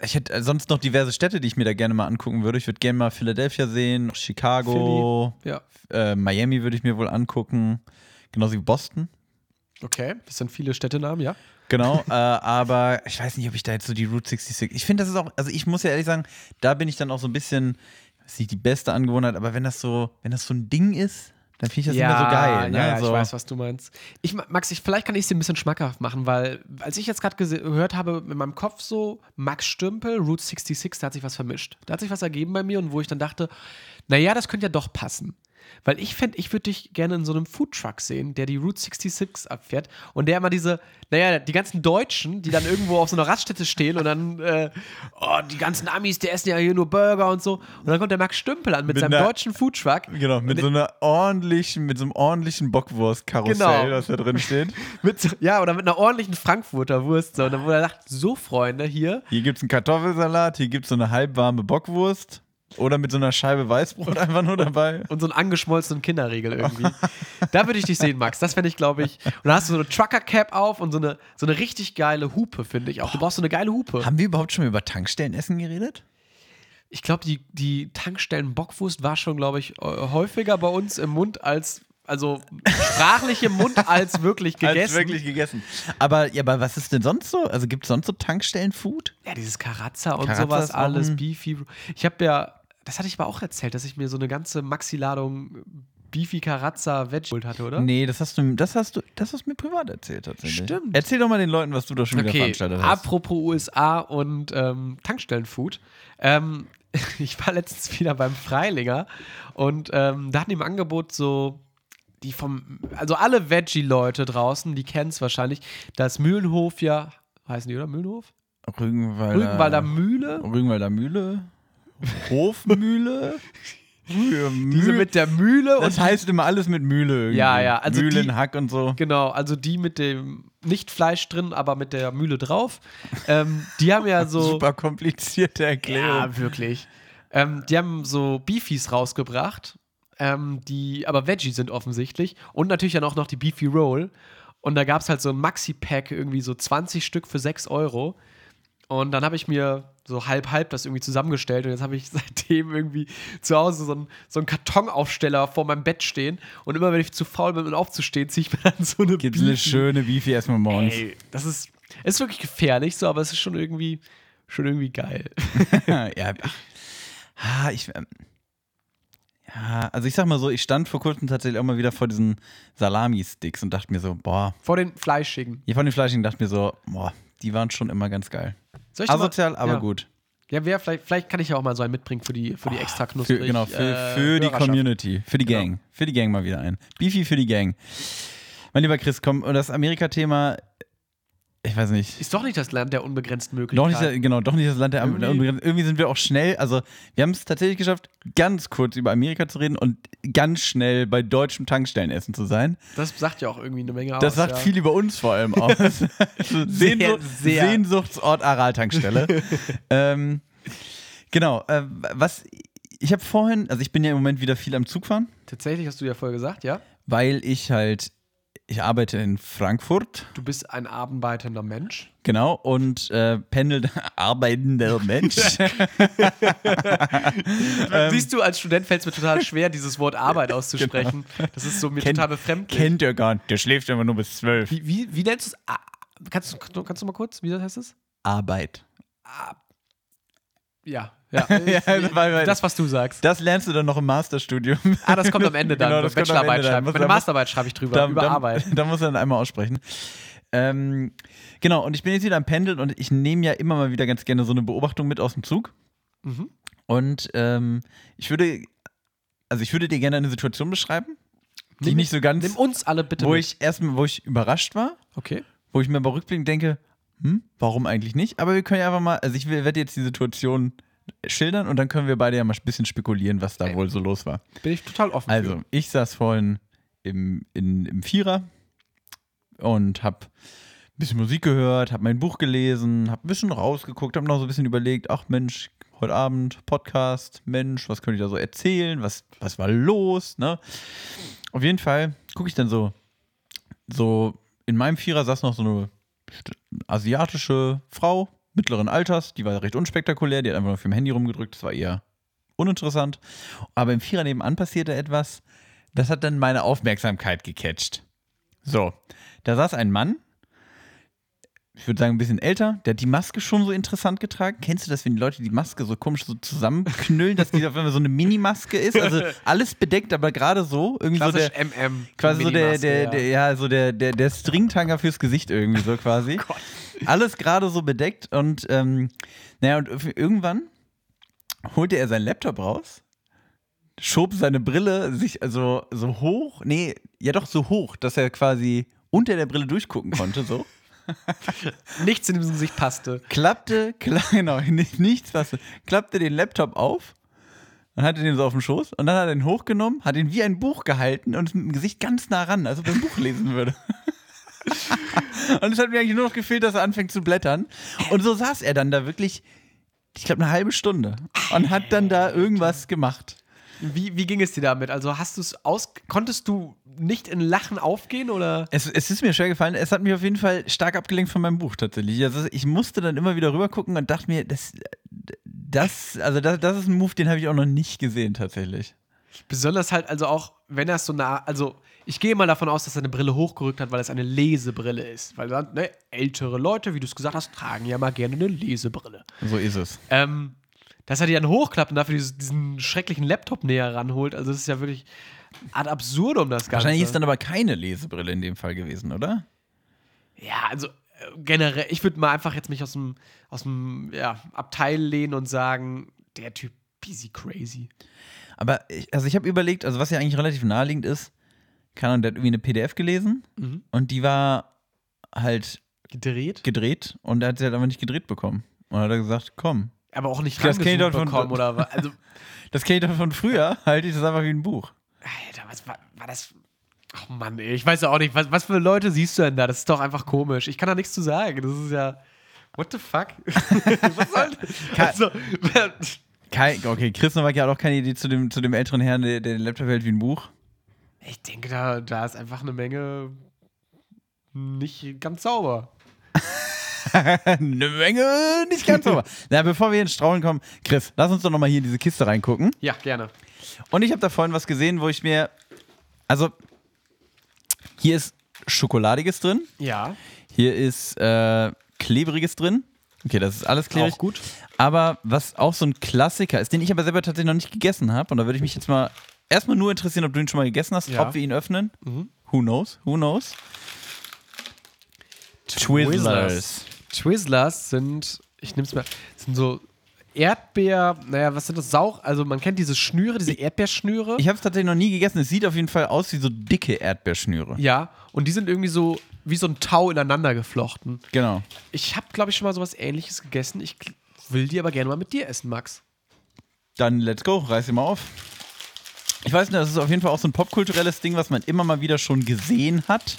Speaker 1: ich hätte sonst noch diverse Städte, die ich mir da gerne mal angucken würde. Ich würde gerne mal Philadelphia sehen, Chicago,
Speaker 2: Ja.
Speaker 1: äh, Miami würde ich mir wohl angucken. Genauso wie Boston.
Speaker 2: Okay, das sind viele Städtenamen, ja.
Speaker 1: Genau, äh, aber ich weiß nicht, ob ich da jetzt so die Route 66. Ich finde, das ist auch, also ich muss ja ehrlich sagen, da bin ich dann auch so ein bisschen, ist nicht die beste Angewohnheit, aber wenn das so, wenn das so ein Ding ist, dann finde ich das immer so geil. Ne?
Speaker 2: Ja, ja,
Speaker 1: so,
Speaker 2: ich weiß, was du meinst. Ich, Ma- Max, ich, vielleicht kann ich es dir ein bisschen schmackhaft machen, weil als ich jetzt gerade gese- gehört habe, in meinem Kopf so Max Stümpel, Route 66, da hat sich was vermischt. Da hat sich was ergeben bei mir und wo ich dann dachte, naja, das könnte ja doch passen. Weil ich fände, ich würde dich gerne in so einem Foodtruck sehen, der die Route 66 abfährt und der immer diese, naja, die ganzen Deutschen, die dann irgendwo auf so einer Raststätte stehen und dann, äh, oh, die ganzen Amis, die essen ja hier nur Burger und so. Und dann kommt der Max Stümpel an mit,
Speaker 1: Mit
Speaker 2: seinem
Speaker 1: einer-
Speaker 2: deutschen Foodtruck.
Speaker 1: Genau, mit so einer ordentlichen, mit so einem ordentlichen Bockwurst-Karussell,
Speaker 2: Genau.
Speaker 1: was da drin steht.
Speaker 2: Mit, so- ja, oder mit einer ordentlichen Frankfurter Wurst. So. Und dann, wo er sagt, so Freunde, hier.
Speaker 1: Hier gibt es einen Kartoffelsalat, hier gibt es so eine halbwarme Bockwurst oder mit so einer Scheibe Weißbrot einfach nur dabei.
Speaker 2: Und so einen angeschmolzenen Kinderriegel irgendwie. da würde ich dich sehen, Max. Das fände ich, glaube ich. Und da hast du so eine Trucker-Cap auf und so eine, so eine richtig geile Hupe, finde ich auch. Du brauchst so eine geile Hupe.
Speaker 1: Haben wir überhaupt schon über Tankstellenessen geredet?
Speaker 2: Ich glaube, die, die Tankstellen-Bockwurst war schon, glaube ich, äh, häufiger bei uns im Mund als, also sprachlich im Mund als wirklich gegessen.
Speaker 1: Als wirklich gegessen. Aber, ja, aber was ist denn sonst so? Also gibt es sonst so Tankstellen-Food?
Speaker 2: Ja, dieses Karatza und
Speaker 1: Karatza
Speaker 2: sowas
Speaker 1: ist auch
Speaker 2: alles,
Speaker 1: ein-
Speaker 2: Beefy. Ich habe ja, das hatte ich aber auch erzählt, dass ich mir so eine ganze Maxi-Ladung Beefy Karatza Veg geholt hatte, oder?
Speaker 1: Nee, das hast du, das hast du, das hast du mir privat erzählt tatsächlich.
Speaker 2: Stimmt.
Speaker 1: Erzähl doch mal den Leuten, was du da schon wieder
Speaker 2: Okay,
Speaker 1: veranstaltet hast.
Speaker 2: apropos USA und ähm, Tankstellenfood. Ähm, ich war letztens wieder beim Freilinger und ähm, da hatten die im Angebot so die vom, also alle Veggie-Leute draußen, die kennen es wahrscheinlich, das Mühlenhof ja, heißen die, oder? Mühlenhof?
Speaker 1: Rügenwalder,
Speaker 2: Rügenwalder Mühle.
Speaker 1: Rügenwalder Mühle, Hofmühle,
Speaker 2: Diese
Speaker 1: Mühle.
Speaker 2: mit der Mühle und
Speaker 1: das heißt immer alles mit Mühle. Irgendwie.
Speaker 2: Ja, ja, also
Speaker 1: Mühlen,
Speaker 2: die-
Speaker 1: Hack und so.
Speaker 2: Genau, also die mit dem nicht Fleisch drin, aber mit der Mühle drauf. Ähm, die haben ja so.
Speaker 1: Super komplizierte Erklärung.
Speaker 2: Ja, wirklich. Ähm, die haben so Beefies rausgebracht, ähm, die aber Veggie sind offensichtlich. Und natürlich dann auch noch die Beefy Roll. Und da gab es halt so ein Maxi-Pack, irgendwie so 20 Stück für 6 Euro. Und dann habe ich mir so halb-halb das irgendwie zusammengestellt und jetzt habe ich seitdem irgendwie zu Hause so einen, so einen Kartonaufsteller vor meinem Bett stehen. Und immer wenn ich zu faul bin, um aufzustehen, ziehe ich mir dann so eine
Speaker 1: Gibt's eine
Speaker 2: Beefy-
Speaker 1: schöne Beefy erstmal morgens.
Speaker 2: Ey, das ist, ist wirklich gefährlich so, aber es ist schon irgendwie, schon irgendwie geil.
Speaker 1: ja. Ah, ich. ähm, Ja, also ich sag mal so, ich stand vor kurzem tatsächlich auch mal wieder vor diesen Salami-Sticks und dachte mir so, boah,
Speaker 2: Vor den Fleischigen.
Speaker 1: hier von den Fleischigen dachte mir so, boah, die waren schon immer ganz geil.
Speaker 2: Soll ich dir mal-
Speaker 1: Asozial, aber
Speaker 2: ja.
Speaker 1: gut.
Speaker 2: Ja, wer, vielleicht, vielleicht kann ich ja auch mal so einen mitbringen für die, für die extra
Speaker 1: Für,
Speaker 2: knusprig.
Speaker 1: genau, für,
Speaker 2: äh,
Speaker 1: für die
Speaker 2: Hörerschaft.
Speaker 1: Community, für die
Speaker 2: Genau.
Speaker 1: Gang. Für die Gang mal wieder ein. Beefy für die Gang. Mein lieber Chris, komm, und das Amerika-Thema, ich weiß nicht.
Speaker 2: Ist doch nicht das Land der unbegrenzten
Speaker 1: Doch
Speaker 2: Möglichkeiten.
Speaker 1: nicht, das- genau, doch nicht das Land der Am-
Speaker 2: Irgendwie-
Speaker 1: der Unbegrenz- Irgendwie sind wir auch schnell, also wir haben es tatsächlich geschafft, ganz kurz über Amerika zu reden und ganz schnell bei deutschem Tankstellenessen zu sein.
Speaker 2: das sagt ja auch irgendwie eine Menge
Speaker 1: Das
Speaker 2: aus.
Speaker 1: sagt
Speaker 2: ja.
Speaker 1: viel über uns vor allem aus. Sehnsucht,
Speaker 2: sehr.
Speaker 1: Sehnsuchtsort Aral-Tankstelle. ähm, genau, äh, was ich habe vorhin, also ich bin ja im Moment wieder viel am Zug fahren,
Speaker 2: Tatsächlich hast du ja vorher gesagt, ja?
Speaker 1: weil ich halt, ich arbeite in Frankfurt.
Speaker 2: Du bist ein arbeitender Mensch.
Speaker 1: Genau, und äh, pendelt arbeitender Mensch. Ähm.
Speaker 2: Siehst du, als Student fällt es mir total schwer, dieses Wort Arbeit
Speaker 1: Genau.
Speaker 2: auszusprechen. Das ist so mir
Speaker 1: Kennt-
Speaker 2: total befremdlich.
Speaker 1: Kennt ihr gar nicht, der schläft immer nur bis zwölf.
Speaker 2: Wie, wie, wie nennst du es? Ah, Kannst du, kannst du mal kurz, wie heißt es?
Speaker 1: Arbeit.
Speaker 2: Ja, ja.
Speaker 1: Ja, weil- weil-
Speaker 2: das, was du sagst.
Speaker 1: Das lernst du dann noch im Masterstudium.
Speaker 2: Ah, das kommt am Ende dann.
Speaker 1: Genau,
Speaker 2: wenn
Speaker 1: das
Speaker 2: ich
Speaker 1: kommt am Ende
Speaker 2: Bachelorarbeit
Speaker 1: dann.
Speaker 2: schreibe.
Speaker 1: Muss-
Speaker 2: Meine
Speaker 1: da muss-
Speaker 2: Masterarbeit schreibe ich drüber, über Arbeit.
Speaker 1: Da muss er dann einmal aussprechen. Ähm, genau, und ich bin jetzt wieder am Pendeln und ich nehme ja immer mal wieder ganz gerne so eine Beobachtung mit aus dem Zug.
Speaker 2: Mhm.
Speaker 1: Und ähm, ich würde, also ich würde dir gerne eine Situation beschreiben, die
Speaker 2: Nimm-
Speaker 1: nicht so ganz,
Speaker 2: Nimm uns alle bitte
Speaker 1: wo
Speaker 2: mit.
Speaker 1: ich erstmal, wo ich überrascht war,
Speaker 2: Okay.
Speaker 1: wo ich mir bei Rückblick denke, hm, warum eigentlich nicht? Aber wir können ja einfach mal, also ich will- werde jetzt die Situation schildern und dann können wir beide ja mal ein bisschen spekulieren, was da
Speaker 2: Ey.
Speaker 1: wohl so los war.
Speaker 2: Bin ich total offen.
Speaker 1: Also, ich saß vorhin im, in, im Vierer und hab ein bisschen Musik gehört, hab mein Buch gelesen, hab ein bisschen rausgeguckt, hab noch so ein bisschen überlegt, ach Mensch, heute Abend Podcast, Mensch, was könnte ich da so erzählen, was, was war los, ne? Auf jeden Fall gucke ich dann so, so in meinem Vierer saß noch so eine st- asiatische Frau mittleren Alters, die war recht unspektakulär, die hat einfach nur auf dem Handy rumgedrückt, das war eher uninteressant. Aber im Vierer nebenan passierte etwas, das hat dann meine Aufmerksamkeit gecatcht. So, da saß ein Mann, ich würde sagen ein bisschen älter, der hat die Maske schon so interessant getragen. Kennst du das, wenn die Leute die Maske so komisch so zusammenknüllen, dass die auf einmal so eine Minimaske ist? Also alles bedeckt, aber gerade so. Irgendwie so der,
Speaker 2: Klassisch MM.
Speaker 1: quasi so der,
Speaker 2: Minimaske,
Speaker 1: der,
Speaker 2: ja. Oh
Speaker 1: der, ja, so der, der, der Stringtanger fürs Gesicht irgendwie so quasi.
Speaker 2: Gott.
Speaker 1: Alles gerade so bedeckt und ähm, naja, und irgendwann holte er seinen Laptop raus, schob seine Brille sich also so hoch, nee, ja doch so hoch, dass er quasi unter der Brille durchgucken konnte, so.
Speaker 2: Nichts in diesem Gesicht passte.
Speaker 1: klappte, kla genau, nicht, nichts was, klappte den Laptop auf und hatte den so auf dem Schoß und dann hat er den hochgenommen, hat ihn wie ein Buch gehalten und ist mit dem Gesicht ganz nah ran, als ob er ein Buch lesen würde. und es hat mir eigentlich nur noch gefehlt, dass er anfängt zu blättern. Und so saß er dann da wirklich, ich glaube, eine halbe Stunde und hat dann da irgendwas gemacht.
Speaker 2: Wie, wie ging es dir damit? Also hast du es aus. Konntest du nicht in Lachen aufgehen oder.
Speaker 1: Es, es ist mir schwer gefallen. Es hat mich auf jeden Fall stark abgelenkt von meinem Buch tatsächlich. Also ich musste dann immer wieder rüber gucken und dachte mir, das, das, also das, das ist ein Move, den habe ich auch noch nicht gesehen tatsächlich.
Speaker 2: Besonders halt, also auch, wenn er es so nah. Also, ich gehe mal davon aus, dass er eine Brille hochgerückt hat, weil es eine Lesebrille ist. Weil dann, ne, ältere Leute, wie du es gesagt hast, tragen ja mal gerne eine Lesebrille.
Speaker 1: So ist es.
Speaker 2: Ähm, dass er die dann hochklappt und dafür dieses, diesen schrecklichen Laptop näher ranholt, also das ist ja wirklich ad absurdum, das Ganze.
Speaker 1: Wahrscheinlich ist dann aber keine Lesebrille in dem Fall gewesen, oder?
Speaker 2: Ja, also äh, generell, ich würde mal einfach jetzt mich aus dem, aus dem ja, Abteil lehnen und sagen, der Typ busy crazy.
Speaker 1: Aber ich, also ich habe überlegt, also was ja eigentlich relativ naheliegend ist, keine Ahnung, der hat irgendwie eine PDF gelesen
Speaker 2: Mhm.
Speaker 1: und die war halt
Speaker 2: Gedreht.
Speaker 1: gedreht und er hat sie halt einfach nicht gedreht bekommen. Und dann hat er gesagt, komm,
Speaker 2: Aber auch nicht
Speaker 1: Das kenn ich
Speaker 2: rangesucht
Speaker 1: doch von-
Speaker 2: bekommen oder was. Also,
Speaker 1: das kenne ich doch von früher, halte ich das einfach wie ein Buch.
Speaker 2: Alter, was war, war das? Ach Mann, ey, ich weiß ja auch nicht, was, was für Leute siehst du denn da? Das ist doch einfach komisch. Ich kann da nichts zu sagen. Das ist ja. What the fuck? was soll das? Also,
Speaker 1: Kein, okay, Chris Nowak hat auch keine Idee zu dem, zu dem älteren Herrn, der, der den Laptop hält wie ein Buch.
Speaker 2: ich denke, da, da ist einfach eine Menge nicht ganz sauber.
Speaker 1: Eine Menge, nicht ganz sauber. Na, bevor wir ins Straulen kommen, Chris, lass uns doch nochmal hier in diese Kiste reingucken.
Speaker 2: Ja, gerne.
Speaker 1: Und ich habe da vorhin was gesehen, wo ich mir. Also, hier ist Schokoladiges drin,
Speaker 2: Ja.
Speaker 1: hier ist äh, Klebriges drin. Okay, das ist alles klebrig.
Speaker 2: Auch gut.
Speaker 1: Aber was auch so ein Klassiker ist, den ich aber selber tatsächlich noch nicht gegessen habe, und da würde ich mich jetzt mal erstmal nur interessieren, ob du ihn schon mal gegessen hast,
Speaker 2: Ja. Mhm.
Speaker 1: ob wir ihn öffnen. Who knows? Who knows? Twizzlers.
Speaker 2: Twizzlers sind, ich nehme es mal, sind so Erdbeer, naja, was sind das? Sauch, also man kennt diese Schnüre, diese Erdbeerschnüre.
Speaker 1: Ich habe es tatsächlich noch nie gegessen. Es sieht auf jeden Fall aus wie so dicke Erdbeerschnüre.
Speaker 2: ja, und die sind irgendwie so wie so ein Tau ineinander geflochten.
Speaker 1: Genau.
Speaker 2: Ich habe, glaube ich, schon mal sowas ähnliches gegessen. Ich gl- will die aber gerne mal mit dir essen, Max.
Speaker 1: Dann let's go, reiß ihn mal auf. Ich weiß nicht, das ist auf jeden Fall auch so ein popkulturelles Ding, was man immer mal wieder schon gesehen hat.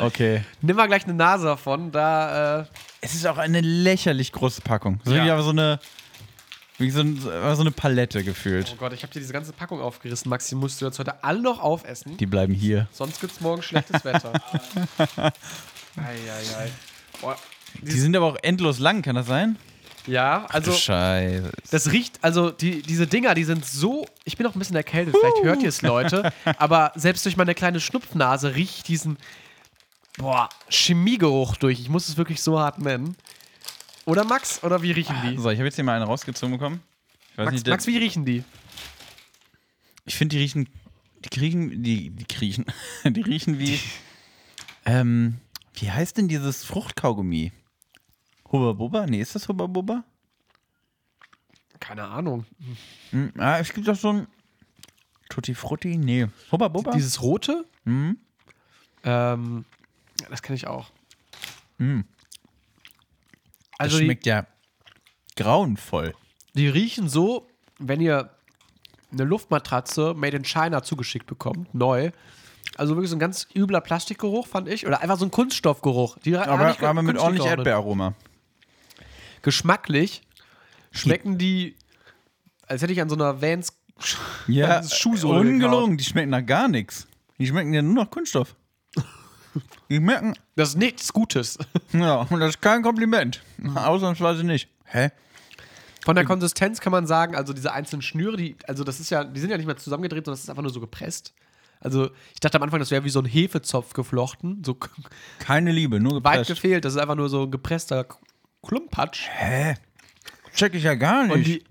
Speaker 1: Okay.
Speaker 2: Nimm mal gleich eine Nase davon, da, äh,
Speaker 1: Es ist auch eine lächerlich große Packung. So
Speaker 2: Ja.
Speaker 1: wie aber so eine, wie so, ein, so eine Palette gefühlt.
Speaker 2: oh Gott, ich habe dir diese ganze Packung aufgerissen, Max. Die musst du jetzt heute alle noch aufessen.
Speaker 1: Die bleiben hier.
Speaker 2: Sonst gibt's morgen schlechtes Wetter. Eieiei. Boah.
Speaker 1: Die sind aber auch endlos lang, kann das sein?
Speaker 2: Ja, also
Speaker 1: Scheiße.
Speaker 2: das riecht, also die, diese Dinger, die sind so, ich bin auch ein bisschen erkältet, vielleicht hört ihr es, Leute, aber selbst durch meine kleine Schnupfnase rieche ich diesen, boah, Chemiegeruch durch. Ich muss es wirklich so hart nennen. Oder Max? Oder wie riechen die?
Speaker 1: So, ich habe jetzt hier mal eine rausgezogen bekommen. Ich Also, weiß
Speaker 2: Max,
Speaker 1: nicht, der-
Speaker 2: Max, wie riechen die?
Speaker 1: Ich finde, die riechen. Die kriechen. Die, die kriechen. Die riechen wie. Ähm, wie heißt denn dieses Fruchtkaugummi? Hubba Bubba? Nee, ist das Hubba Bubba?
Speaker 2: Keine Ahnung.
Speaker 1: Hm, ah, es gibt doch so ein. Tutti Frutti? Nee. Hubba Bubba?
Speaker 2: Dieses rote?
Speaker 1: Hm?
Speaker 2: Ähm, ja, das kenne ich auch.
Speaker 1: Hm. das
Speaker 2: Also die,
Speaker 1: schmeckt ja grauenvoll.
Speaker 2: die riechen so, wenn ihr eine Luftmatratze made in China zugeschickt bekommt, neu. Also wirklich so ein ganz übler Plastikgeruch, fand ich. Oder einfach so ein Kunststoffgeruch. Die haben
Speaker 1: Aber,
Speaker 2: nicht
Speaker 1: aber mit
Speaker 2: künstlich
Speaker 1: ordentlich
Speaker 2: geordnet.
Speaker 1: Erdbeeraroma.
Speaker 2: Geschmacklich schmecken die, als hätte ich an so einer Vans
Speaker 1: Ja, äh,
Speaker 2: Vans Schuhsohle
Speaker 1: ungelogen. Die schmecken nach gar nichts. Die schmecken ja nur nach Kunststoff. Die merken,
Speaker 2: Das ist nichts Gutes.
Speaker 1: ja, und das ist kein Kompliment. Ausnahmsweise nicht. Hä?
Speaker 2: Von der Konsistenz kann man sagen, also diese einzelnen Schnüre, die, also das ist ja, die sind ja nicht mehr zusammengedreht, sondern das ist einfach nur so gepresst. Also ich dachte am Anfang, das wäre wie so ein Hefezopf geflochten. So k-
Speaker 1: Keine Liebe, nur
Speaker 2: weit
Speaker 1: gepresst.
Speaker 2: gefehlt. Das ist einfach nur so ein gepresster K- Klumpatsch.
Speaker 1: Hä? Check ich ja gar nicht.
Speaker 2: Und die,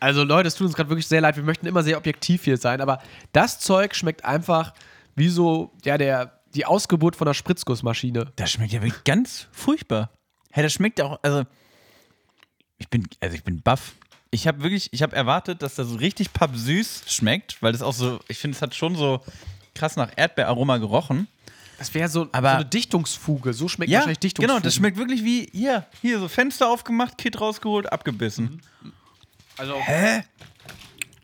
Speaker 2: also Leute, es tut uns gerade wirklich sehr leid. Wir möchten immer sehr objektiv hier sein, aber das Zeug schmeckt einfach wie so, ja, der, die Ausgeburt von einer Spritzgussmaschine.
Speaker 1: das schmeckt ja wirklich ganz furchtbar. Hä, das schmeckt auch, also ich bin, also ich bin baff. Ich habe wirklich, ich habe erwartet, dass das so richtig pappsüß schmeckt, weil das auch so, ich finde, es hat schon so krass nach Erdbeeraroma gerochen.
Speaker 2: Das wäre so,
Speaker 1: Aber-
Speaker 2: so eine Dichtungsfuge. So schmeckt wahrscheinlich Dichtungsfuge.
Speaker 1: genau, das schmeckt wirklich wie, hier, hier, so Fenster aufgemacht, Kit rausgeholt,
Speaker 2: Mhm.
Speaker 1: abgebissen.
Speaker 2: Also,
Speaker 1: Hä?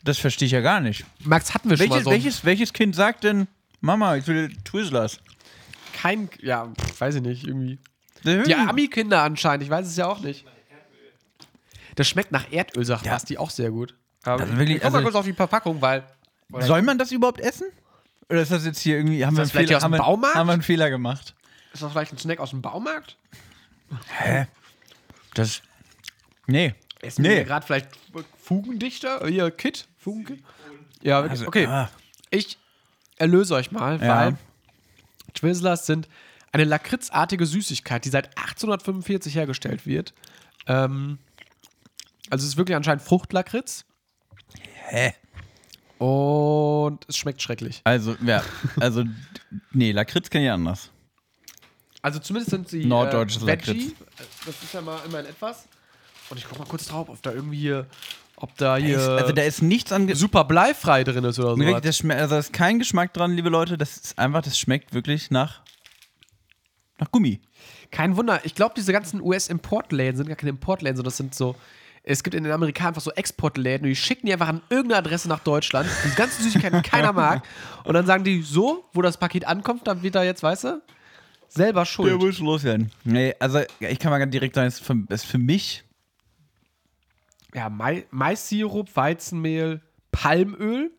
Speaker 1: Das verstehe ich ja gar nicht.
Speaker 2: Max hatten wir schon
Speaker 1: Welches,
Speaker 2: mal so. ein-
Speaker 1: welches, welches Kind sagt denn, Mama, ich will Twizzlers?
Speaker 2: kein, ja, pf, weiß ich nicht, irgendwie. Die
Speaker 1: Hm.
Speaker 2: Ami-Kinder anscheinend, ich weiß es ja auch nicht. Das schmeckt nach Erdöl, sagt
Speaker 1: Ja.
Speaker 2: Basti, auch sehr gut. Aber
Speaker 1: Also wirklich,
Speaker 2: ich guck mal
Speaker 1: also-
Speaker 2: kurz auf die Verpackung, weil
Speaker 1: Soll man das überhaupt essen? Oder ist das jetzt hier irgendwie, haben, wir
Speaker 2: das
Speaker 1: einen,
Speaker 2: vielleicht
Speaker 1: Fehler,
Speaker 2: aus dem
Speaker 1: haben, wir,
Speaker 2: Baumarkt?
Speaker 1: haben wir einen Fehler gemacht?
Speaker 2: ist das vielleicht ein Snack aus dem Baumarkt?
Speaker 1: Das. Nee.
Speaker 2: Essen wir
Speaker 1: Nee.
Speaker 2: gerade vielleicht Fugendichter? Ihr Kit? Fugen ja, wirklich.
Speaker 1: Also,
Speaker 2: okay.
Speaker 1: ah.
Speaker 2: Ich erlöse euch mal,
Speaker 1: Ja.
Speaker 2: weil Twizzlers sind eine lakritzartige Süßigkeit, die seit 1845 hergestellt wird. Ähm, also es ist wirklich anscheinend Fruchtlakritz.
Speaker 1: Hä?
Speaker 2: Und es schmeckt schrecklich.
Speaker 1: Also, ja. Also, nee, Lakritz kann ich anders.
Speaker 2: Also zumindest sind sie
Speaker 1: Norddeutsches
Speaker 2: äh, Veggie.
Speaker 1: Lakritz.
Speaker 2: Das ist ja mal immerhin etwas. Und ich guck mal kurz drauf, ob da irgendwie hier, ob da hier
Speaker 1: also, da ist nichts an.
Speaker 2: super bleifrei drin ist oder so.
Speaker 1: Das schme- also, da ist kein Geschmack dran, liebe Leute. Das ist einfach, das schmeckt wirklich nach. nach Gummi.
Speaker 2: Kein Wunder. Ich glaube, diese ganzen US-Importläden sind gar keine Importläden, sondern das sind so. Es gibt in den Amerika einfach so Exportläden und die schicken die einfach an irgendeine Adresse nach Deutschland. Diese ganzen Süßigkeiten keiner mag. Und dann sagen die so, wo das Paket ankommt, dann wird da jetzt, weißt du, selber schuld.
Speaker 1: muss loswerden. Nee, also, ich kann mal ganz direkt sagen, es ist für, es ist für mich.
Speaker 2: Ja, Mai Mais-Sirup, Weizenmehl, Palmöl,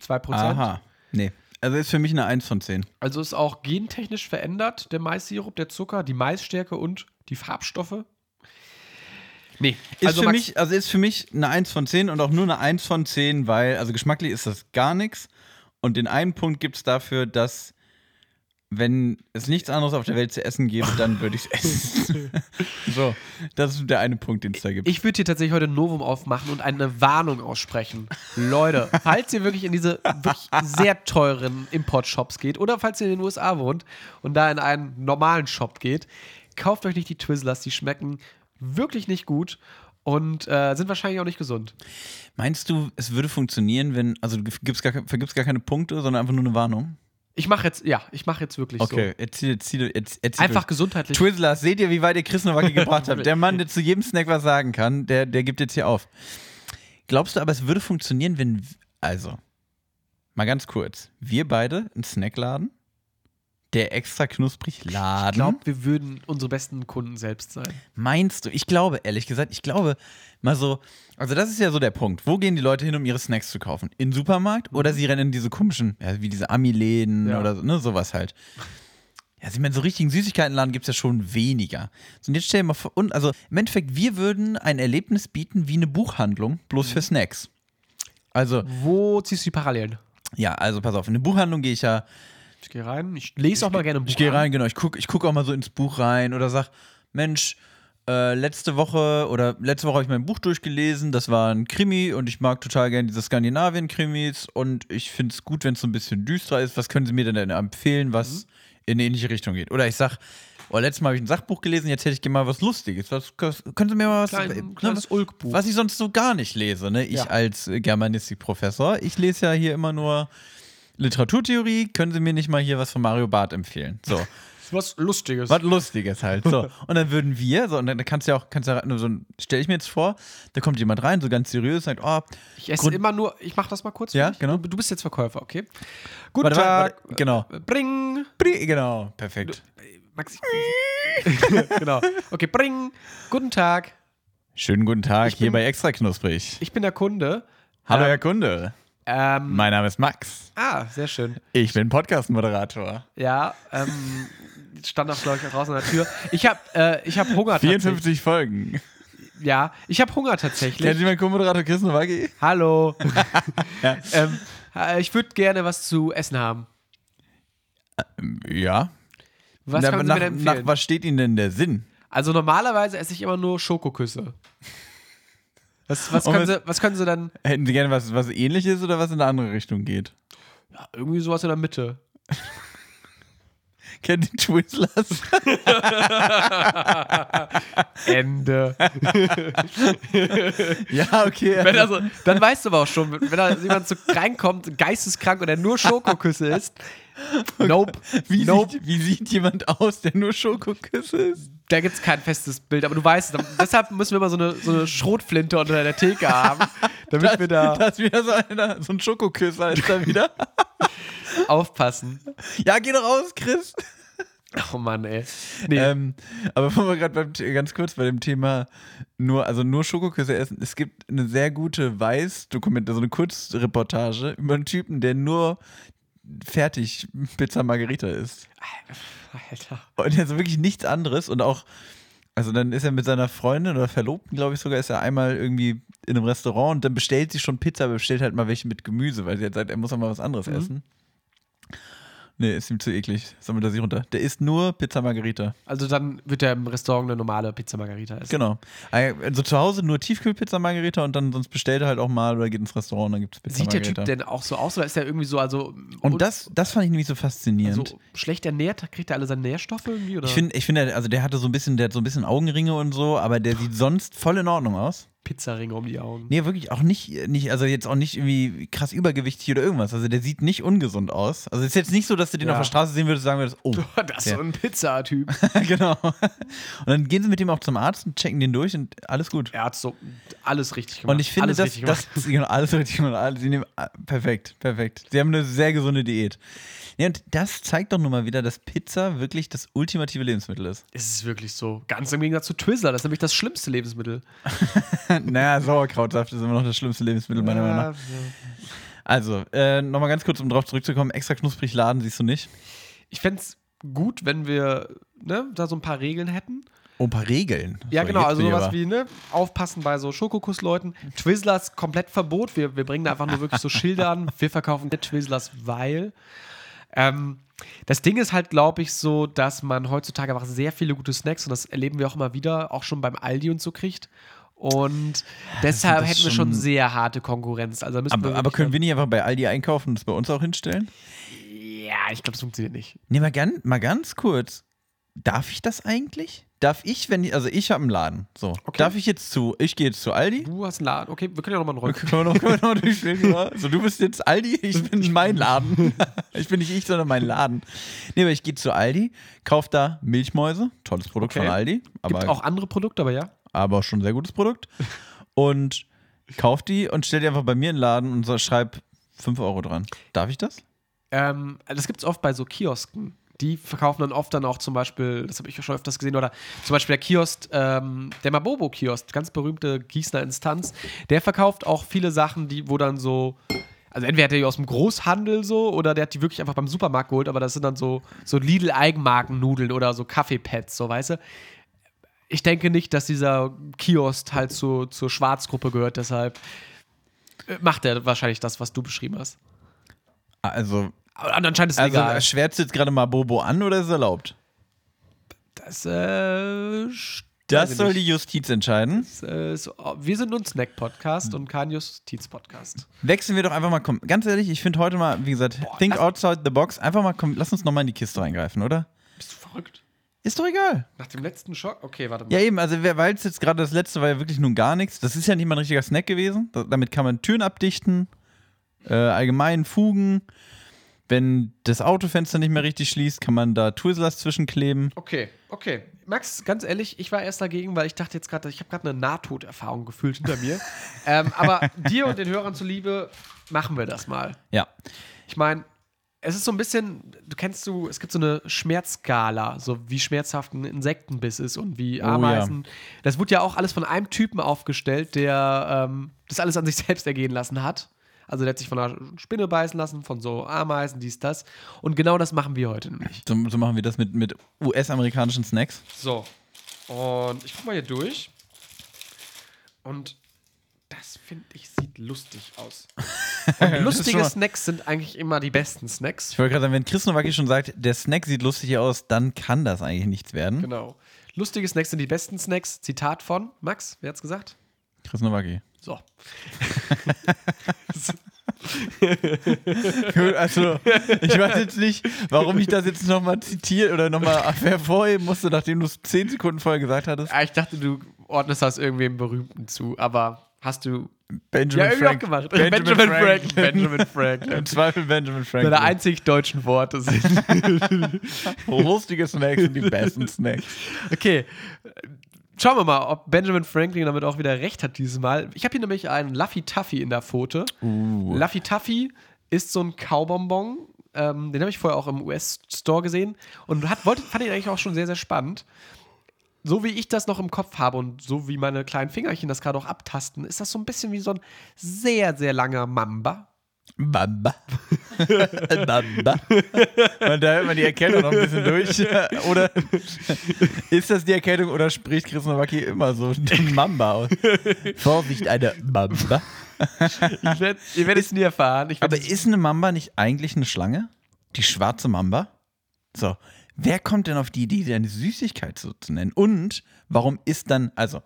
Speaker 2: 2%.
Speaker 1: Aha. Nee. Also, ist für mich eine 1 von 10.
Speaker 2: Also ist auch gentechnisch verändert, der Mais-Sirup, der Zucker, die Maisstärke und die Farbstoffe? Nee,
Speaker 1: Ist
Speaker 2: also
Speaker 1: für
Speaker 2: Max,
Speaker 1: mich, also ist für mich eine 1 von 10 und auch nur eine 1 von 10, weil, also geschmacklich ist das gar nichts. Und den einen Punkt gibt es dafür, dass, wenn es nichts anderes auf der Welt zu essen gibt, dann würde ich es essen. so, das ist der eine Punkt, den es da gibt.
Speaker 2: ich würde hier tatsächlich heute ein Novum aufmachen und eine Warnung aussprechen. Leute, falls ihr wirklich in diese wirklich sehr teuren Import-Shops geht oder falls ihr in den USA wohnt und da in einen normalen Shop geht, kauft euch nicht die Twizzlers, die schmecken wirklich nicht gut und äh, sind wahrscheinlich auch nicht gesund.
Speaker 1: Meinst du, es würde funktionieren, wenn, also du gibst gar, ke- vergibst gar keine Punkte, sondern einfach nur eine Warnung?
Speaker 2: Ich mache jetzt, ja, ich mache jetzt wirklich
Speaker 1: Okay, erzähl, erzähl, erzähl,
Speaker 2: so.
Speaker 1: erzähl
Speaker 2: Einfach
Speaker 1: durch.
Speaker 2: gesundheitlich
Speaker 1: Twizzlers, seht ihr, wie weit ihr Chris Nowacki gebracht habt? Der Mann, der zu jedem Snack was sagen kann, der, der gibt jetzt hier auf. Glaubst du aber, es würde funktionieren, wenn. Also, mal ganz kurz. Wir beide einen Snack laden, der extra knusprig
Speaker 2: Ich
Speaker 1: laden.
Speaker 2: glaube, wir würden unsere besten Kunden selbst sein.
Speaker 1: Meinst du? Ich glaube, ehrlich gesagt, ich glaube, mal so, also das ist ja so der Punkt. Wo gehen die Leute hin, um ihre Snacks zu kaufen? In den Supermarkt oder sie rennen in diese komischen, ja, wie diese Ami-Läden
Speaker 2: Ja.
Speaker 1: oder so, ne, sowas halt. Ja, also ich meine, so richtigen Süßigkeitenladen gibt es ja schon weniger. So, und jetzt stell dir mal vor, und also im Endeffekt, wir würden ein Erlebnis bieten wie eine Buchhandlung, bloß für Snacks. Also,
Speaker 2: Wo ziehst du die Parallelen?
Speaker 1: ja, also pass auf, in eine Buchhandlung gehe ich ja,
Speaker 2: Ich gehe rein. Ich lese auch mal gerne ein Buch.
Speaker 1: ich gehe
Speaker 2: an.
Speaker 1: rein, genau. Ich gucke ich guck auch mal so ins Buch rein oder sag, Mensch, Äh, letzte Woche oder letzte Woche habe ich mein Buch durchgelesen. Das war ein Krimi und ich mag total gerne diese Skandinavien-Krimis und ich finde es gut, wenn es so ein bisschen düsterer ist. Was können Sie mir denn, denn empfehlen,
Speaker 2: Mhm.
Speaker 1: was in eine ähnliche Richtung geht? Oder ich sag, oh, letztes Mal habe ich ein Sachbuch gelesen, jetzt hätte ich gerne mal was Lustiges. Was, was- können Sie mir mal was.
Speaker 2: Klein-
Speaker 1: äh,
Speaker 2: kleines
Speaker 1: was,
Speaker 2: Ulkbuch.
Speaker 1: was ich sonst so gar nicht lese, ne? Ich
Speaker 2: Ja.
Speaker 1: als äh, Germanistikprofessor. Ich lese ja hier immer nur Literaturtheorie. Können Sie mir nicht mal hier was von Mario Barth empfehlen? So.
Speaker 2: Was Lustiges.
Speaker 1: Was Lustiges halt. So. Und dann würden wir, so, und dann kannst du ja auch, kannst du ja nur so, stelle ich mir jetzt vor, da kommt jemand rein, so ganz seriös, sagt, oh,
Speaker 2: Ich esse
Speaker 1: Grund-
Speaker 2: immer nur, ich mache das mal kurz. für
Speaker 1: Ja,
Speaker 2: dich.
Speaker 1: genau.
Speaker 2: Du, du bist jetzt Verkäufer, okay? Guten
Speaker 1: warte, warte,
Speaker 2: Tag.
Speaker 1: warte, genau.
Speaker 2: Bring.
Speaker 1: Brie- Genau, perfekt.
Speaker 2: Max. genau. Okay, bring. Guten Tag.
Speaker 1: Schönen guten Tag, hier
Speaker 2: bin-
Speaker 1: bei Extra Knusprig.
Speaker 2: Ich bin der Kunde.
Speaker 1: Hallo,
Speaker 2: Ähm,
Speaker 1: Herr Kunde.
Speaker 2: Ähm,
Speaker 1: Mein Name ist Max.
Speaker 2: ah, sehr schön.
Speaker 1: Ich bin Podcast-Moderator.
Speaker 2: Ja, ähm, stand auch, glaube ich, draußen an der Tür. Ich habe äh, ich hab Hunger tatsächlich.
Speaker 1: 54 Folgen.
Speaker 2: Ja, ich habe Hunger tatsächlich.
Speaker 1: Kennen Sie meinen Co-Moderator Chris Nowacki?
Speaker 2: Hallo. ähm, äh, ich würde gerne was zu essen haben.
Speaker 1: Ja.
Speaker 2: Was
Speaker 1: Na, nach,
Speaker 2: kann man mir denn
Speaker 1: nach
Speaker 2: empfehlen?
Speaker 1: was steht Ihnen denn der Sinn?
Speaker 2: also normalerweise esse ich immer nur Schokoküsse. Was, was,
Speaker 1: Und
Speaker 2: können
Speaker 1: was-
Speaker 2: sie, was können sie dann?
Speaker 1: Hätten Sie gerne was, was ähnliches oder was in eine andere Richtung geht?
Speaker 2: Ja, irgendwie sowas in der Mitte.
Speaker 1: Kennt die Twizzlers?
Speaker 2: Ende.
Speaker 1: ja, okay.
Speaker 2: Wenn er so, Also, dann weißt du aber auch schon, wenn da jemand so reinkommt, geisteskrank und er nur Schokoküsse isst. Nope.
Speaker 1: Wie,
Speaker 2: nope.
Speaker 1: sieht, wie sieht jemand aus, der nur Schokoküsse ist?
Speaker 2: Da gibt es kein festes Bild, aber du weißt es. Deshalb müssen wir immer so eine, so eine Schrotflinte unter der Theke haben, damit wir da
Speaker 1: Da ist wieder so, einer, so ein Schokoküsser ist da wieder.
Speaker 2: aufpassen.
Speaker 1: ja, geh doch raus, Chris.
Speaker 2: Oh Mann, ey. Nee.
Speaker 1: Ähm, aber wo wir gerade beim The- ganz kurz bei dem Thema nur, also nur Schokoküsse essen, es gibt eine sehr gute Weiß-Dokument, also eine Kurzreportage über einen Typen, der nur fertig Pizza Margarita isst.
Speaker 2: Alter.
Speaker 1: Und also wirklich nichts anderes und auch, also dann ist er mit seiner Freundin oder Verlobten, glaube ich sogar, ist er einmal irgendwie in einem Restaurant und dann bestellt sie schon Pizza, aber bestellt halt mal welche mit Gemüse, weil sie halt sagt, er muss doch mal was anderes
Speaker 2: Mhm.
Speaker 1: essen. Nee, ist ihm zu eklig. Sammelt er sich runter. Der isst nur Pizza Margherita.
Speaker 2: Also dann wird er im Restaurant eine normale Pizza Margarita essen.
Speaker 1: Genau. Also zu Hause nur Tiefkühlpizza Margherita und dann sonst bestellt er halt auch mal oder geht ins Restaurant und dann gibt es Pizza
Speaker 2: Sieht der
Speaker 1: Margherita.
Speaker 2: Typ denn auch so aus oder ist er irgendwie so, also.
Speaker 1: und das, das fand ich nämlich so
Speaker 2: So
Speaker 1: faszinierend.
Speaker 2: Also, schlecht ernährt, kriegt er alle seine Nährstoffe irgendwie? Oder?
Speaker 1: ich finde, ich find, er- also der hatte so ein bisschen, der hat so ein bisschen Augenringe und so, aber der sieht sonst voll in Ordnung aus.
Speaker 2: Pizzaringe um die Augen.
Speaker 1: Nee, wirklich auch nicht, nicht, also jetzt auch nicht irgendwie krass übergewichtig oder irgendwas. Also der sieht nicht ungesund aus. Also es ist jetzt nicht so, dass du den
Speaker 2: Ja.
Speaker 1: auf der Straße sehen würdest und sagen würdest, oh,
Speaker 2: Das ist
Speaker 1: Ja.
Speaker 2: so ein Pizzatyp.
Speaker 1: genau. Und dann gehen sie mit dem auch zum Arzt und checken den durch und alles gut.
Speaker 2: Er hat so alles richtig gemacht.
Speaker 1: Und ich finde,
Speaker 2: alles
Speaker 1: das,
Speaker 2: richtig gemacht.
Speaker 1: das genau, alles richtig gemacht. Alles, sie nehmen, ah, perfekt, perfekt. Sie haben eine sehr gesunde Diät. Ja, und das zeigt doch nun mal wieder, dass Pizza wirklich das ultimative Lebensmittel ist.
Speaker 2: Es ist wirklich so. Ganz im Gegensatz zu Twizzler, das ist nämlich das schlimmste Lebensmittel.
Speaker 1: naja, Sauerkrautsaft ist immer noch das schlimmste Lebensmittel meiner Meinung nach.
Speaker 2: Ja, ja.
Speaker 1: Also, äh, nochmal ganz kurz, um drauf zurückzukommen, extra knusprig laden siehst du nicht.
Speaker 2: Ich fände es gut, wenn wir ne, da so ein paar Regeln hätten.
Speaker 1: Oh, ein paar Regeln.
Speaker 2: Ja,
Speaker 1: So,
Speaker 2: genau,
Speaker 1: jetzt
Speaker 2: also
Speaker 1: bin ich
Speaker 2: sowas
Speaker 1: aber-
Speaker 2: wie, ne, aufpassen bei so Schokokussleuten. Twizzlers komplett Verbot. Wir, wir bringen da einfach nur wirklich so Schilder an. Wir verkaufen keine Twizzlers, weil. Ähm, das Ding ist halt, glaube ich, so, dass man heutzutage einfach sehr viele gute Snacks und das erleben wir auch immer wieder, auch schon beim Aldi und so kriegt. Und deshalb
Speaker 1: das
Speaker 2: hätten wir schon
Speaker 1: schon-
Speaker 2: sehr harte Konkurrenz. Also da müssen
Speaker 1: Aber,
Speaker 2: wir
Speaker 1: aber
Speaker 2: wirklich
Speaker 1: können wir nicht einfach bei Aldi einkaufen und es bei uns auch hinstellen?
Speaker 2: Ja, ich glaube, es funktioniert nicht.
Speaker 1: Nee, mal ganz, mal ganz kurz. Darf ich das eigentlich? Darf ich, wenn ich, also ich habe einen Laden, so.
Speaker 2: Okay.
Speaker 1: Darf ich jetzt zu, ich gehe jetzt zu Aldi?
Speaker 2: Du hast einen Laden. Okay, wir können ja nochmal einen Roll.
Speaker 1: Können wir noch, können wir noch durchspielen, genau. So, du bist jetzt Aldi, ich bin mein Laden. Ich bin nicht ich, sondern mein Laden. Nee, aber ich gehe zu Aldi, kaufe da Milchmäuse, tolles Produkt
Speaker 2: Okay.
Speaker 1: von Aldi,
Speaker 2: Gibt
Speaker 1: aber,
Speaker 2: auch andere Produkte, aber ja.
Speaker 1: aber schon sehr gutes Produkt. Und kauf die und stell die einfach bei mir in den Laden und so, schreib 5 Euro dran. Darf ich das?
Speaker 2: Ähm, das gibt es oft bei so Kiosken. Die verkaufen dann oft dann auch zum Beispiel, das habe ich ja schon öfters gesehen, oder zum Beispiel der Kiosk, ähm, der Mabobo-Kiosk, ganz berühmte Gießener Instanz, der verkauft auch viele Sachen, die, wo dann so, also entweder hat er die aus dem Großhandel so, oder der hat die wirklich einfach beim Supermarkt geholt, aber das sind dann so, so Lidl-Eigenmarken-Nudeln oder so Kaffeepads, so weißt du. Ich denke nicht, dass dieser Kiosk halt zu, zur Schwarzgruppe gehört, deshalb äh, macht er wahrscheinlich das, was du beschrieben hast.
Speaker 1: Also,
Speaker 2: Aber anscheinend ist es
Speaker 1: Also
Speaker 2: egal.
Speaker 1: schwärzt jetzt gerade mal Bobo an oder ist es erlaubt?
Speaker 2: Das äh,
Speaker 1: Das
Speaker 2: ich
Speaker 1: soll
Speaker 2: nicht.
Speaker 1: die Justiz entscheiden.
Speaker 2: Es ist- Wir sind nur ein Snack-Podcast und kein Justiz-Podcast.
Speaker 1: Wechseln wir doch einfach mal. Komm, ganz ehrlich, ich finde heute mal, wie gesagt, think outside the box. Einfach mal, komm, lass uns nochmal in die Kiste reingreifen, oder?
Speaker 2: Bist du verrückt?
Speaker 1: Ist doch egal.
Speaker 2: Nach dem letzten Schock? Okay, warte mal.
Speaker 1: Ja, eben, also wer weil es jetzt gerade das letzte war ja wirklich nun gar nichts. Das ist ja nicht mal ein richtiger Snack gewesen. Da, damit kann man Türen abdichten, äh, allgemein Fugen. Wenn das Autofenster nicht mehr richtig schließt, kann man da Twizzlers zwischenkleben.
Speaker 2: Okay, okay. Max, ganz ehrlich, ich war erst dagegen, weil ich dachte jetzt gerade, ich habe gerade eine Nahtoderfahrung gefühlt hinter mir. ähm, aber dir und den Hörern zuliebe machen wir das mal.
Speaker 1: Ja.
Speaker 2: Ich meine, es ist so ein bisschen, du kennst du, es gibt so eine Schmerzskala, so wie schmerzhaft ein Insektenbiss ist und wie
Speaker 1: Oh, ja.
Speaker 2: Ameisen. Das wurde ja auch alles von einem Typen aufgestellt, der ähm, das alles an sich selbst ergehen lassen hat. Also der hat sich von einer Spinne beißen lassen, von so Ameisen, dies, das. Und genau das machen wir heute nämlich.
Speaker 1: So, so machen wir das mit, mit US-amerikanischen Snacks.
Speaker 2: So. Und ich guck mal hier durch. Und das finde ich sieht lustig aus. Und
Speaker 1: Das ist schon
Speaker 2: lustige
Speaker 1: mal-
Speaker 2: Snacks sind eigentlich immer die besten Snacks.
Speaker 1: Ich wollte gerade sagen, wenn Chris Nowacki schon sagt, der Snack sieht lustig aus, dann kann das eigentlich nichts werden.
Speaker 2: Genau. Lustige Snacks sind die besten Snacks. Zitat von Max, wer hat's gesagt?
Speaker 1: Chris Nowacki.
Speaker 2: So.
Speaker 1: Gut, Also, ich weiß jetzt nicht, warum ich das jetzt nochmal zitiere oder nochmal hervorheben musste, nachdem du es zehn Sekunden vorher gesagt hattest.
Speaker 2: ich dachte, du ordnest das irgendwem Berühmten zu, aber hast du.
Speaker 1: Benjamin
Speaker 2: ja, irgendwie
Speaker 1: Frank.
Speaker 2: auch gemacht.
Speaker 1: Benjamin
Speaker 2: Franklin.
Speaker 1: Franklin.
Speaker 2: Benjamin
Speaker 1: Im
Speaker 2: Franklin.
Speaker 1: Zweifel Benjamin Franklin.
Speaker 2: Seine einzig deutschen Worte sind.
Speaker 1: Lustige Snacks sind die besten Snacks.
Speaker 2: Okay. Schauen wir mal, ob Benjamin Franklin damit auch wieder recht hat dieses Mal. Ich habe hier nämlich einen Luffy Taffy in der Pfote.
Speaker 1: Uh.
Speaker 2: Luffy Taffy ist so ein Kaubonbon. Ähm, den habe ich vorher auch im US-Store gesehen und hat, wollte, fand ihn eigentlich auch schon sehr, sehr spannend. So wie ich das noch im Kopf habe und so wie meine kleinen Fingerchen das gerade auch abtasten, ist das so ein bisschen wie so ein sehr, sehr langer Mamba.
Speaker 1: Bamba. Bamba. Man, da hört man die Erkältung noch ein bisschen durch. Oder ist das die Erkältung oder spricht Chris Nowacki immer so den Mamba aus? Vorsicht, eine Bamba.
Speaker 2: Ich werd, ihr werdet es nie erfahren. Ich werd
Speaker 1: Aber
Speaker 2: es-
Speaker 1: ist eine Mamba nicht eigentlich eine Schlange? Die schwarze Mamba? So, wer kommt denn auf die Idee, sie eine Süßigkeit so zu nennen? Und warum ist dann, also,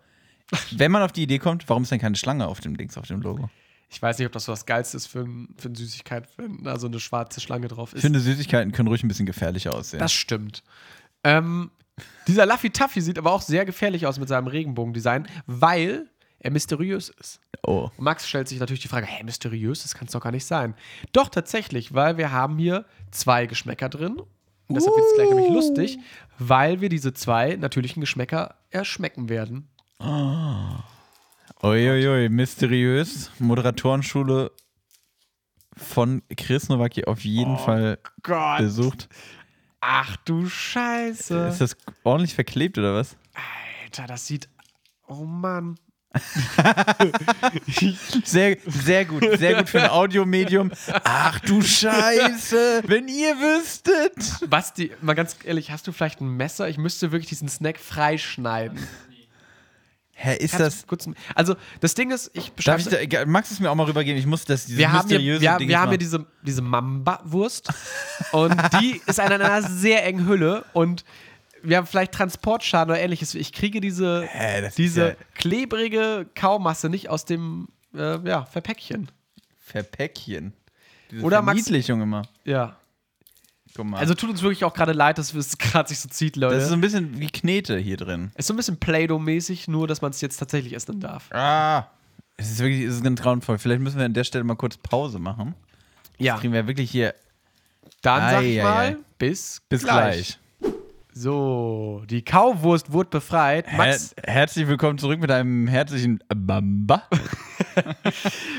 Speaker 1: wenn man auf die Idee kommt, warum ist dann keine Schlange auf dem Dings, auf dem Logo?
Speaker 2: ich weiß nicht, ob das so das Geilste ist für, ein- für eine Süßigkeit, wenn da so eine schwarze Schlange drauf
Speaker 1: Ich
Speaker 2: ist.
Speaker 1: finde, Süßigkeiten können ruhig ein bisschen gefährlicher aussehen.
Speaker 2: Das stimmt. Ähm, dieser Luffy Taffy sieht aber auch sehr gefährlich aus mit seinem Regenbogendesign, weil er mysteriös ist.
Speaker 1: oh.
Speaker 2: Und Max stellt sich natürlich die Frage, hä, mysteriös, das kann es doch gar nicht sein. Doch tatsächlich, weil wir haben hier zwei Geschmäcker drin. Und deshalb wird es gleich nämlich lustig, weil wir diese zwei natürlichen Geschmäcker erschmecken werden.
Speaker 1: Uiuiui, mysteriös. Moderatorenschule von Chris Nowacki auf jeden Fall
Speaker 2: Gott.
Speaker 1: besucht.
Speaker 2: Ach du Scheiße.
Speaker 1: Ist das ordentlich verklebt oder was?
Speaker 2: Alter, das sieht. Oh Mann.
Speaker 1: Sehr, sehr gut, sehr gut für ein Audiomedium. Ach du Scheiße, wenn ihr wüsstet.
Speaker 2: Basti, mal ganz ehrlich, hast du vielleicht ein Messer? Ich müsste wirklich diesen Snack freischneiden.
Speaker 1: Hä, ist
Speaker 2: Kannst
Speaker 1: das.
Speaker 2: du kurz, also, das Ding ist, ich
Speaker 1: Darf
Speaker 2: beschreibe
Speaker 1: ich da, egal, magst du es mir auch mal rübergeben? Ich muss das dieses
Speaker 2: wir haben hier,
Speaker 1: mysteriöse
Speaker 2: wir,
Speaker 1: Ding.
Speaker 2: wir
Speaker 1: jetzt
Speaker 2: haben
Speaker 1: mal-
Speaker 2: hier diese, diese Mamba-Wurst und die ist in einer sehr engen Hülle und wir haben vielleicht Transportschaden oder ähnliches. Ich kriege diese,
Speaker 1: Hä, das ist
Speaker 2: diese
Speaker 1: ja-
Speaker 2: klebrige Kaumasse nicht aus dem äh, ja, Verpäckchen.
Speaker 1: Verpäckchen. Diese
Speaker 2: Oder Max-
Speaker 1: Verniedlichung immer.
Speaker 2: Ja.
Speaker 1: Guck mal.
Speaker 2: Also tut uns wirklich auch gerade leid, dass es gerade sich so zieht, Leute.
Speaker 1: Ah. das ist so ein bisschen wie Knete hier drin.
Speaker 2: ist so ein bisschen Play-Doh-mäßig, nur dass man es jetzt tatsächlich essen darf.
Speaker 1: Ah. Es ist wirklich, es ist ganz grauenvoll. Vielleicht müssen wir an der Stelle mal kurz Pause machen.
Speaker 2: Ja,
Speaker 1: Kriegen wir wirklich hier
Speaker 2: dann sag
Speaker 1: Ei,
Speaker 2: ich
Speaker 1: ei,
Speaker 2: mal,
Speaker 1: ei.
Speaker 2: bis,
Speaker 1: bis gleich.
Speaker 2: So, die Kauwurst wurde befreit. Max,
Speaker 1: Her herzlich willkommen zurück mit einem herzlichen Bamba.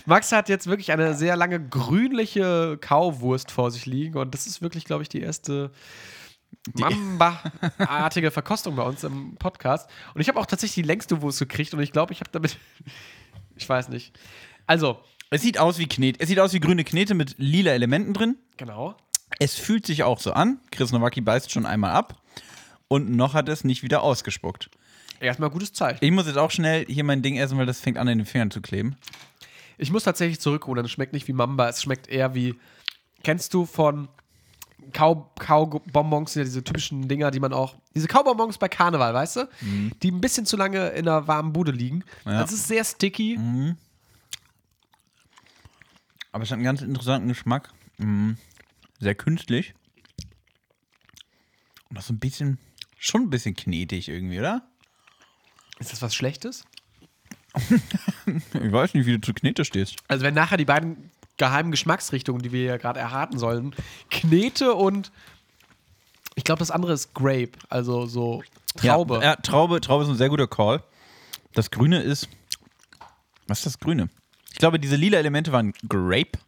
Speaker 2: Max hat jetzt wirklich eine sehr lange grünliche Kauwurst vor sich liegen und das ist wirklich, glaube ich, die erste Mamba-artige Verkostung bei uns im Podcast. Und ich habe auch tatsächlich die längste Wurst gekriegt und ich glaube, ich habe damit. ich weiß nicht. Also,
Speaker 1: Es sieht aus wie Knete. Es sieht aus wie grüne Knete mit lila Elementen drin.
Speaker 2: genau.
Speaker 1: Es fühlt sich auch so an. Chris Nowacki beißt schon einmal ab. Und noch hat es nicht wieder ausgespuckt.
Speaker 2: Erstmal gutes Zeichen.
Speaker 1: Ich muss jetzt auch schnell hier mein Ding essen, weil das fängt an, in den Fingern zu kleben.
Speaker 2: Ich muss tatsächlich zurückrudern. Es schmeckt nicht wie Mamba, es schmeckt eher wie. Kennst du von Kau- Kaubonbons sind ja diese typischen Dinger, die man auch. Diese Kaubonbons bei Karneval, weißt du? Die ein bisschen zu lange in einer warmen Bude liegen.
Speaker 1: Mhm. Ja. Mhm.
Speaker 2: Das ist sehr sticky.
Speaker 1: Aber es hat einen ganz interessanten Geschmack. Mm. Sehr künstlich. Und auch so ein bisschen, schon ein bisschen knetig irgendwie, oder?
Speaker 2: Ist das was Schlechtes?
Speaker 1: Ich weiß nicht, wie du zu Knete stehst.
Speaker 2: Also, wenn nachher die beiden geheimen Geschmacksrichtungen, die wir ja gerade erraten sollen, Knete und. Ich glaube, das andere ist Grape, also so Traube.
Speaker 1: Ja, ja, Traube, Traube ist ein sehr guter Call. Das Grüne ist. Was ist das Grüne? Ich glaube, diese lila Elemente waren Grape.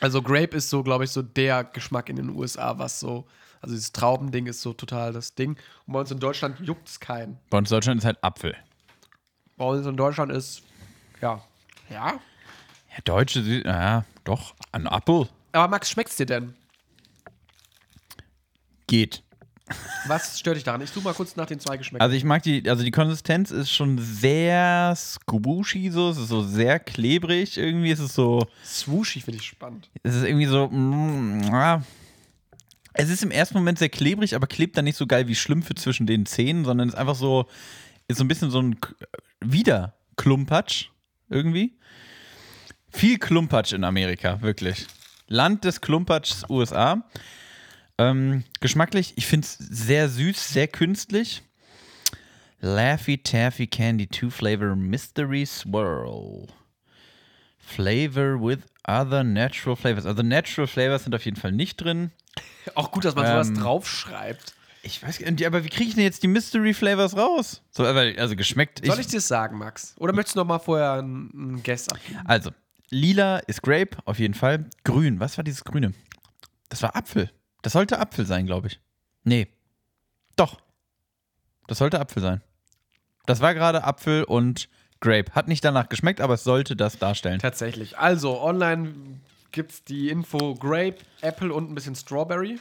Speaker 2: Also Grape ist so, glaube ich, so der Geschmack in den USA, was so, also dieses Traubending ist so total das Ding. Und bei uns in Deutschland juckt es keinen.
Speaker 1: Bei uns in Deutschland ist halt Apfel.
Speaker 2: Bei uns in Deutschland ist, ja, ja.
Speaker 1: Ja, Deutsche, Sü- ja, doch, ein Apfel
Speaker 2: Aber Max, schmeckt's dir denn?
Speaker 1: geht.
Speaker 2: Was stört dich daran? Ich suche mal kurz nach den zwei Geschmäckern.
Speaker 1: Also ich mag die, also die Konsistenz ist schon sehr squishy so, es ist so sehr klebrig irgendwie, es ist so,
Speaker 2: Swooshy finde ich spannend.
Speaker 1: es ist irgendwie so, mm, ah. es ist im ersten Moment sehr klebrig, aber klebt dann nicht so geil wie Schlümpfe zwischen den Zähnen, sondern ist einfach so, ist so ein bisschen so ein K- wieder Klumpatsch irgendwie. Viel Klumpatsch in Amerika, wirklich. Land des Klumpatschs USA. Ähm, geschmacklich, ich finde es sehr süß, sehr künstlich. Laffy Taffy Candy Two Flavor Mystery Swirl. Flavor with other natural flavors. Also natural flavors sind auf jeden Fall nicht drin.
Speaker 2: Auch gut, dass man
Speaker 1: Ähm.
Speaker 2: sowas draufschreibt.
Speaker 1: Ich weiß gar nicht, aber wie kriege ich denn jetzt die Mystery Flavors raus? So, aber- also geschmeckt.
Speaker 2: Soll ich dir sagen, Max? Oder möchtest du noch mal vorher einen Guess abgeben?
Speaker 1: Also, lila ist Grape, auf jeden Fall. Grün, was war dieses Grüne? Das war Apfel. Das sollte Apfel sein, glaube ich. Nee. Doch. Das sollte Apfel sein. Das war gerade Apfel und Grape. Hat nicht danach geschmeckt, aber es sollte das darstellen.
Speaker 2: Tatsächlich. Also, online gibt's die Info Grape, Apple und ein bisschen Strawberry.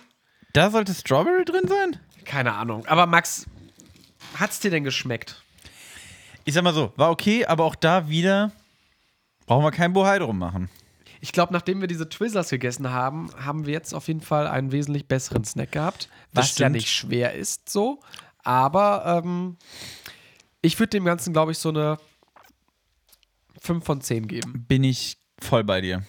Speaker 1: Da sollte Strawberry drin sein?
Speaker 2: Keine Ahnung. Aber Max, hat's dir denn geschmeckt?
Speaker 1: Ich sag mal so, war okay, aber auch da wieder brauchen wir kein Bohai drum machen.
Speaker 2: Ich glaube, nachdem wir diese Twizzlers gegessen haben, haben wir jetzt auf jeden Fall einen wesentlich besseren Snack gehabt.
Speaker 1: Das
Speaker 2: Was ja
Speaker 1: stimmt.
Speaker 2: nicht schwer ist so. Aber ähm, ich würde dem Ganzen, glaube ich, so eine 5 von 10 geben.
Speaker 1: Bin ich voll bei dir.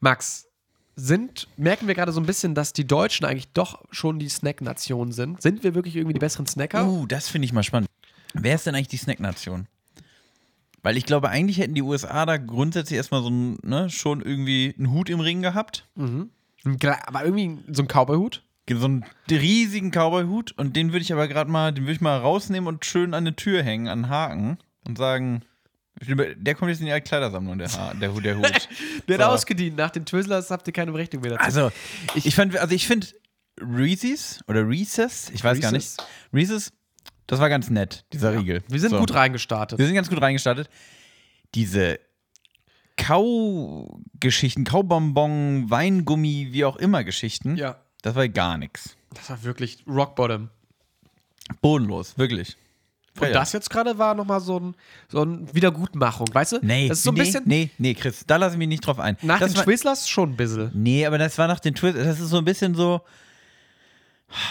Speaker 2: Max, sind, merken wir gerade so ein bisschen, dass die Deutschen eigentlich doch schon die Snack-Nation sind? Sind wir wirklich irgendwie die besseren Snacker?
Speaker 1: Uh, das finde ich mal spannend. Wer ist denn eigentlich die Snacknation? Weil ich glaube, eigentlich hätten die USA da grundsätzlich erstmal so ein, ne, schon irgendwie einen Hut im Ring gehabt.
Speaker 2: Ein Gle- Aber irgendwie so ein Cowboy-Hut?
Speaker 1: So einen riesigen Cowboy-Hut und den würde ich aber gerade mal, den würde ich mal rausnehmen und schön an eine Tür hängen, an einen Haken und sagen, der kommt jetzt in die Kleidersammlung, der, ha der, Hut- der Hut.
Speaker 2: Der
Speaker 1: So.
Speaker 2: hat ausgedient. Nach den Twizzlers habt ihr keine Berechtigung mehr dazu.
Speaker 1: Also, ich, ich fand, also ich finde Reese's oder Reese's, ich weiß gar nicht.
Speaker 2: Reese's.
Speaker 1: Reese's, das war ganz nett, dieser Riegel.
Speaker 2: wir sind
Speaker 1: So.
Speaker 2: gut reingestartet.
Speaker 1: Wir sind ganz gut reingestartet. Diese Kau-Geschichten, Kaubonbon, Weingummi, wie auch immer Geschichten,
Speaker 2: Ja.
Speaker 1: das war gar nichts.
Speaker 2: Das war wirklich Rock Bottom.
Speaker 1: Bodenlos, wirklich.
Speaker 2: Und das jetzt gerade war nochmal so ein, so ein Wiedergutmachung, weißt du?
Speaker 1: Nee,
Speaker 2: Das ist so ein
Speaker 1: nee,
Speaker 2: bisschen
Speaker 1: nee, nee, Chris, da lassen wir nicht drauf ein.
Speaker 2: nach
Speaker 1: das
Speaker 2: den
Speaker 1: war,
Speaker 2: Twizzlers schon ein bisschen.
Speaker 1: Nee, aber das war nach den Twist. Das ist so ein bisschen so.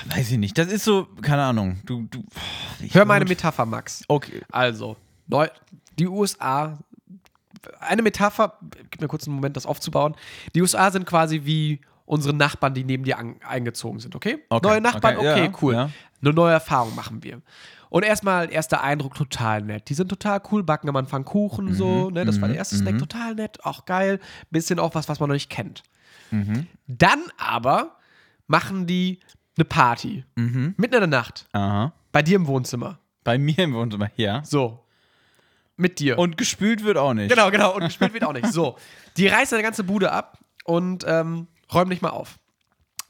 Speaker 1: Weiß ich nicht. Das ist so, keine Ahnung. Du, du, ich
Speaker 2: Hör meine Metapher, Max.
Speaker 1: Okay.
Speaker 2: Also, Neu die USA, eine Metapher, gib mir kurz einen Moment, das aufzubauen. Die USA sind quasi wie unsere Nachbarn, die neben dir an, eingezogen sind, okay?
Speaker 1: Okay,
Speaker 2: Neue Nachbarn,
Speaker 1: okay,
Speaker 2: okay,
Speaker 1: ja,
Speaker 2: cool.
Speaker 1: ja.
Speaker 2: Eine neue Erfahrung machen wir. Und erstmal, erster Eindruck, total nett. Die sind total cool, backen am Anfang Kuchen,
Speaker 1: Mhm,
Speaker 2: so, ne? Das war der erste Snack, total nett, auch geil. Bisschen auch was, was man noch nicht kennt.
Speaker 1: Mhm.
Speaker 2: Dann aber machen die eine Party.
Speaker 1: Mhm.
Speaker 2: Mitten in der Nacht.
Speaker 1: Aha.
Speaker 2: Bei dir im Wohnzimmer.
Speaker 1: Bei mir im Wohnzimmer, ja.
Speaker 2: So. Mit dir.
Speaker 1: Und gespült wird auch nicht.
Speaker 2: Genau, genau. Und gespielt wird auch nicht. So. Die reißen deine ganze Bude ab und ähm, räumen nicht mal auf.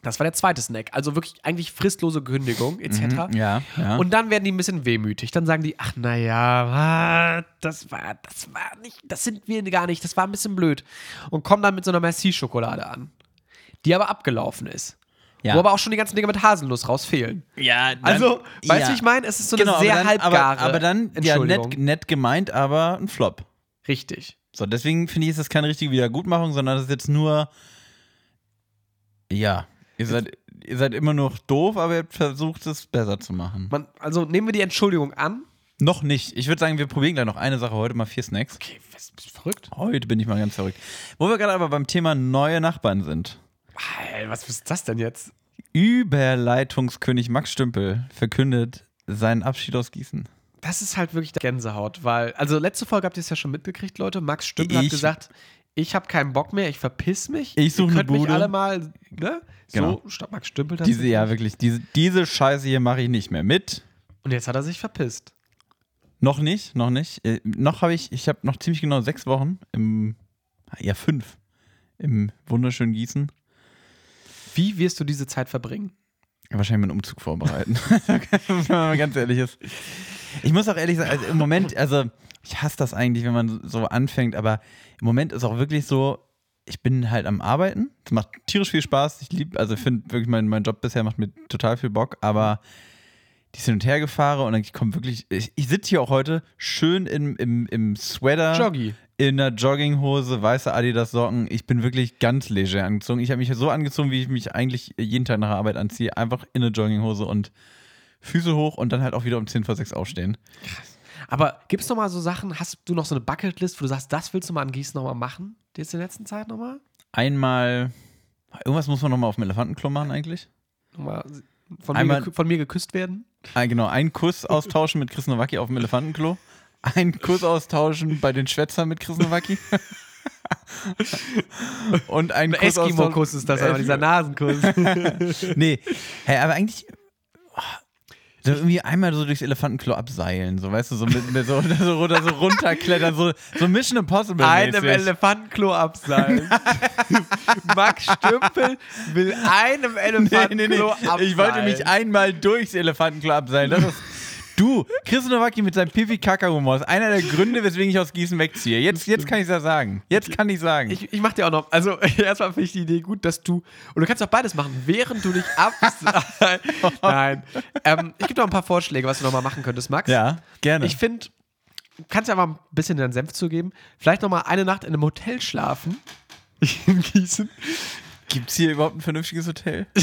Speaker 2: Das war der zweite Snack. Also wirklich eigentlich fristlose Kündigung etc.
Speaker 1: Mhm. Ja, ja.
Speaker 2: Und dann werden die ein bisschen wehmütig. Dann sagen die, ach naja, das war, das war nicht, das sind wir gar nicht, das war ein bisschen blöd. Und kommen dann mit so einer Merci-Schokolade an, die aber abgelaufen ist.
Speaker 1: Ja.
Speaker 2: Wo aber auch schon die ganzen Dinge mit Haselnuss raus fehlen.
Speaker 1: Ja, dann,
Speaker 2: Also,
Speaker 1: ja.
Speaker 2: weißt du, wie ich meine? Es ist so
Speaker 1: Genau,
Speaker 2: eine sehr
Speaker 1: aber dann,
Speaker 2: halbgare
Speaker 1: aber, aber dann, ja,
Speaker 2: Entschuldigung.
Speaker 1: nett, nett gemeint, aber ein Flop.
Speaker 2: Richtig.
Speaker 1: So, deswegen finde ich, ist das keine richtige Wiedergutmachung, sondern das ist jetzt nur, ja, Ihr seid, ihr seid immer noch doof, aber ihr habt versucht, es besser zu machen.
Speaker 2: Man, also nehmen wir die Entschuldigung an.
Speaker 1: Noch nicht. Ich würde sagen, wir probieren gleich noch eine Sache heute, mal vier Snacks.
Speaker 2: Okay, was, bist du verrückt?
Speaker 1: Heute bin ich mal ganz verrückt. Wo wir gerade aber beim Thema neue Nachbarn sind.
Speaker 2: Ey, was ist das denn jetzt?
Speaker 1: Überleitungskönig Max Stümpel verkündet seinen Abschied aus Gießen.
Speaker 2: Das ist halt wirklich Gänsehaut, weil, also letzte Folge habt ihr es ja schon mitgekriegt, Leute. Max Stümpel hat
Speaker 1: Ich-
Speaker 2: gesagt, ich habe keinen Bock mehr, ich verpiss mich.
Speaker 1: Ich such
Speaker 2: Ihr
Speaker 1: ne
Speaker 2: könnt mich
Speaker 1: Bude.
Speaker 2: alle mal, ne?
Speaker 1: Genau.
Speaker 2: So, statt Max Stümpel. das-
Speaker 1: Diese, ja, wirklich, diese, diese Scheiße hier mache ich nicht mehr mit.
Speaker 2: Und jetzt hat er sich verpisst.
Speaker 1: Noch nicht, noch nicht. Äh, noch habe ich, ich habe noch ziemlich genau sechs Wochen im, ja, fünf, im wunderschönen Gießen.
Speaker 2: Wie wirst du diese Zeit verbringen?
Speaker 1: Wahrscheinlich mit einem Umzug vorbereiten. wenn man mal ganz ehrlich ist. Ich muss auch ehrlich sagen, also im Moment, also ich hasse das eigentlich, wenn man so anfängt, aber im Moment ist auch wirklich so, ich bin halt am Arbeiten. Es macht tierisch viel Spaß. Ich liebe, also finde wirklich, mein, mein Job bisher macht mir total viel Bock, aber die Hin- und Hergefahre und dann kommt wirklich, ich, ich sitze hier auch heute schön im, im, im Sweater.
Speaker 2: Joggi.
Speaker 1: In der Jogginghose, weiße Adidas-Socken. Ich bin wirklich ganz leger angezogen. Ich habe mich so angezogen, wie ich mich eigentlich jeden Tag nach der Arbeit anziehe. Einfach in eine Jogginghose und Füße hoch und dann halt auch wieder um 10 vor 6 aufstehen.
Speaker 2: Aber gibt es nochmal so Sachen, hast du noch so eine Bucketlist, wo du sagst, das willst du mal in Gießen nochmal machen? Jetzt in der letzten Zeit nochmal?
Speaker 1: Einmal, irgendwas muss man nochmal auf dem Elefantenklo machen eigentlich.
Speaker 2: Nochmal von,
Speaker 1: Einmal-
Speaker 2: mir gekü- von mir geküsst werden?
Speaker 1: Ah, genau, einen Kuss austauschen mit Chris Nowacki auf dem Elefantenklo. Einen Kuss austauschen bei den Schwätzern mit Chris Nowacki. und einen
Speaker 2: Ein
Speaker 1: Kuss austauschen-
Speaker 2: Eskimo-Kuss ist das, aber
Speaker 1: Äh,
Speaker 2: dieser Nasenkuss.
Speaker 1: Nee, hey, aber eigentlich. oh, So irgendwie einmal so durchs Elefantenklo abseilen, so weißt du, so mit, mit so, so, runter, so runterklettern, so, so Mission Impossible.
Speaker 2: Einem
Speaker 1: mäßig.
Speaker 2: Elefantenklo abseilen. Max Stümpel will einem Elefantenklo
Speaker 1: Nee, nee, nee.
Speaker 2: abseilen.
Speaker 1: Ich wollte mich einmal durchs Elefantenklo abseilen. Das ist, du, Chris Nowacki mit seinem pipi kaka humor ist einer der Gründe, weswegen ich aus Gießen wegziehe. Jetzt, jetzt kann ich das sagen. Jetzt kann ich sagen.
Speaker 2: Ich, ich mach dir auch noch. Also, erstmal finde ich die Idee gut, dass du. Und du kannst auch beides machen, während du dich abs. Nein. Ähm, ich gebe noch ein paar Vorschläge, was du nochmal machen könntest, Max.
Speaker 1: ja, gerne.
Speaker 2: Ich finde, kannst ja mal ein bisschen deinen Senf zugeben. Vielleicht nochmal eine Nacht in einem Hotel schlafen. In Gießen.
Speaker 1: Gibt es hier überhaupt ein vernünftiges Hotel?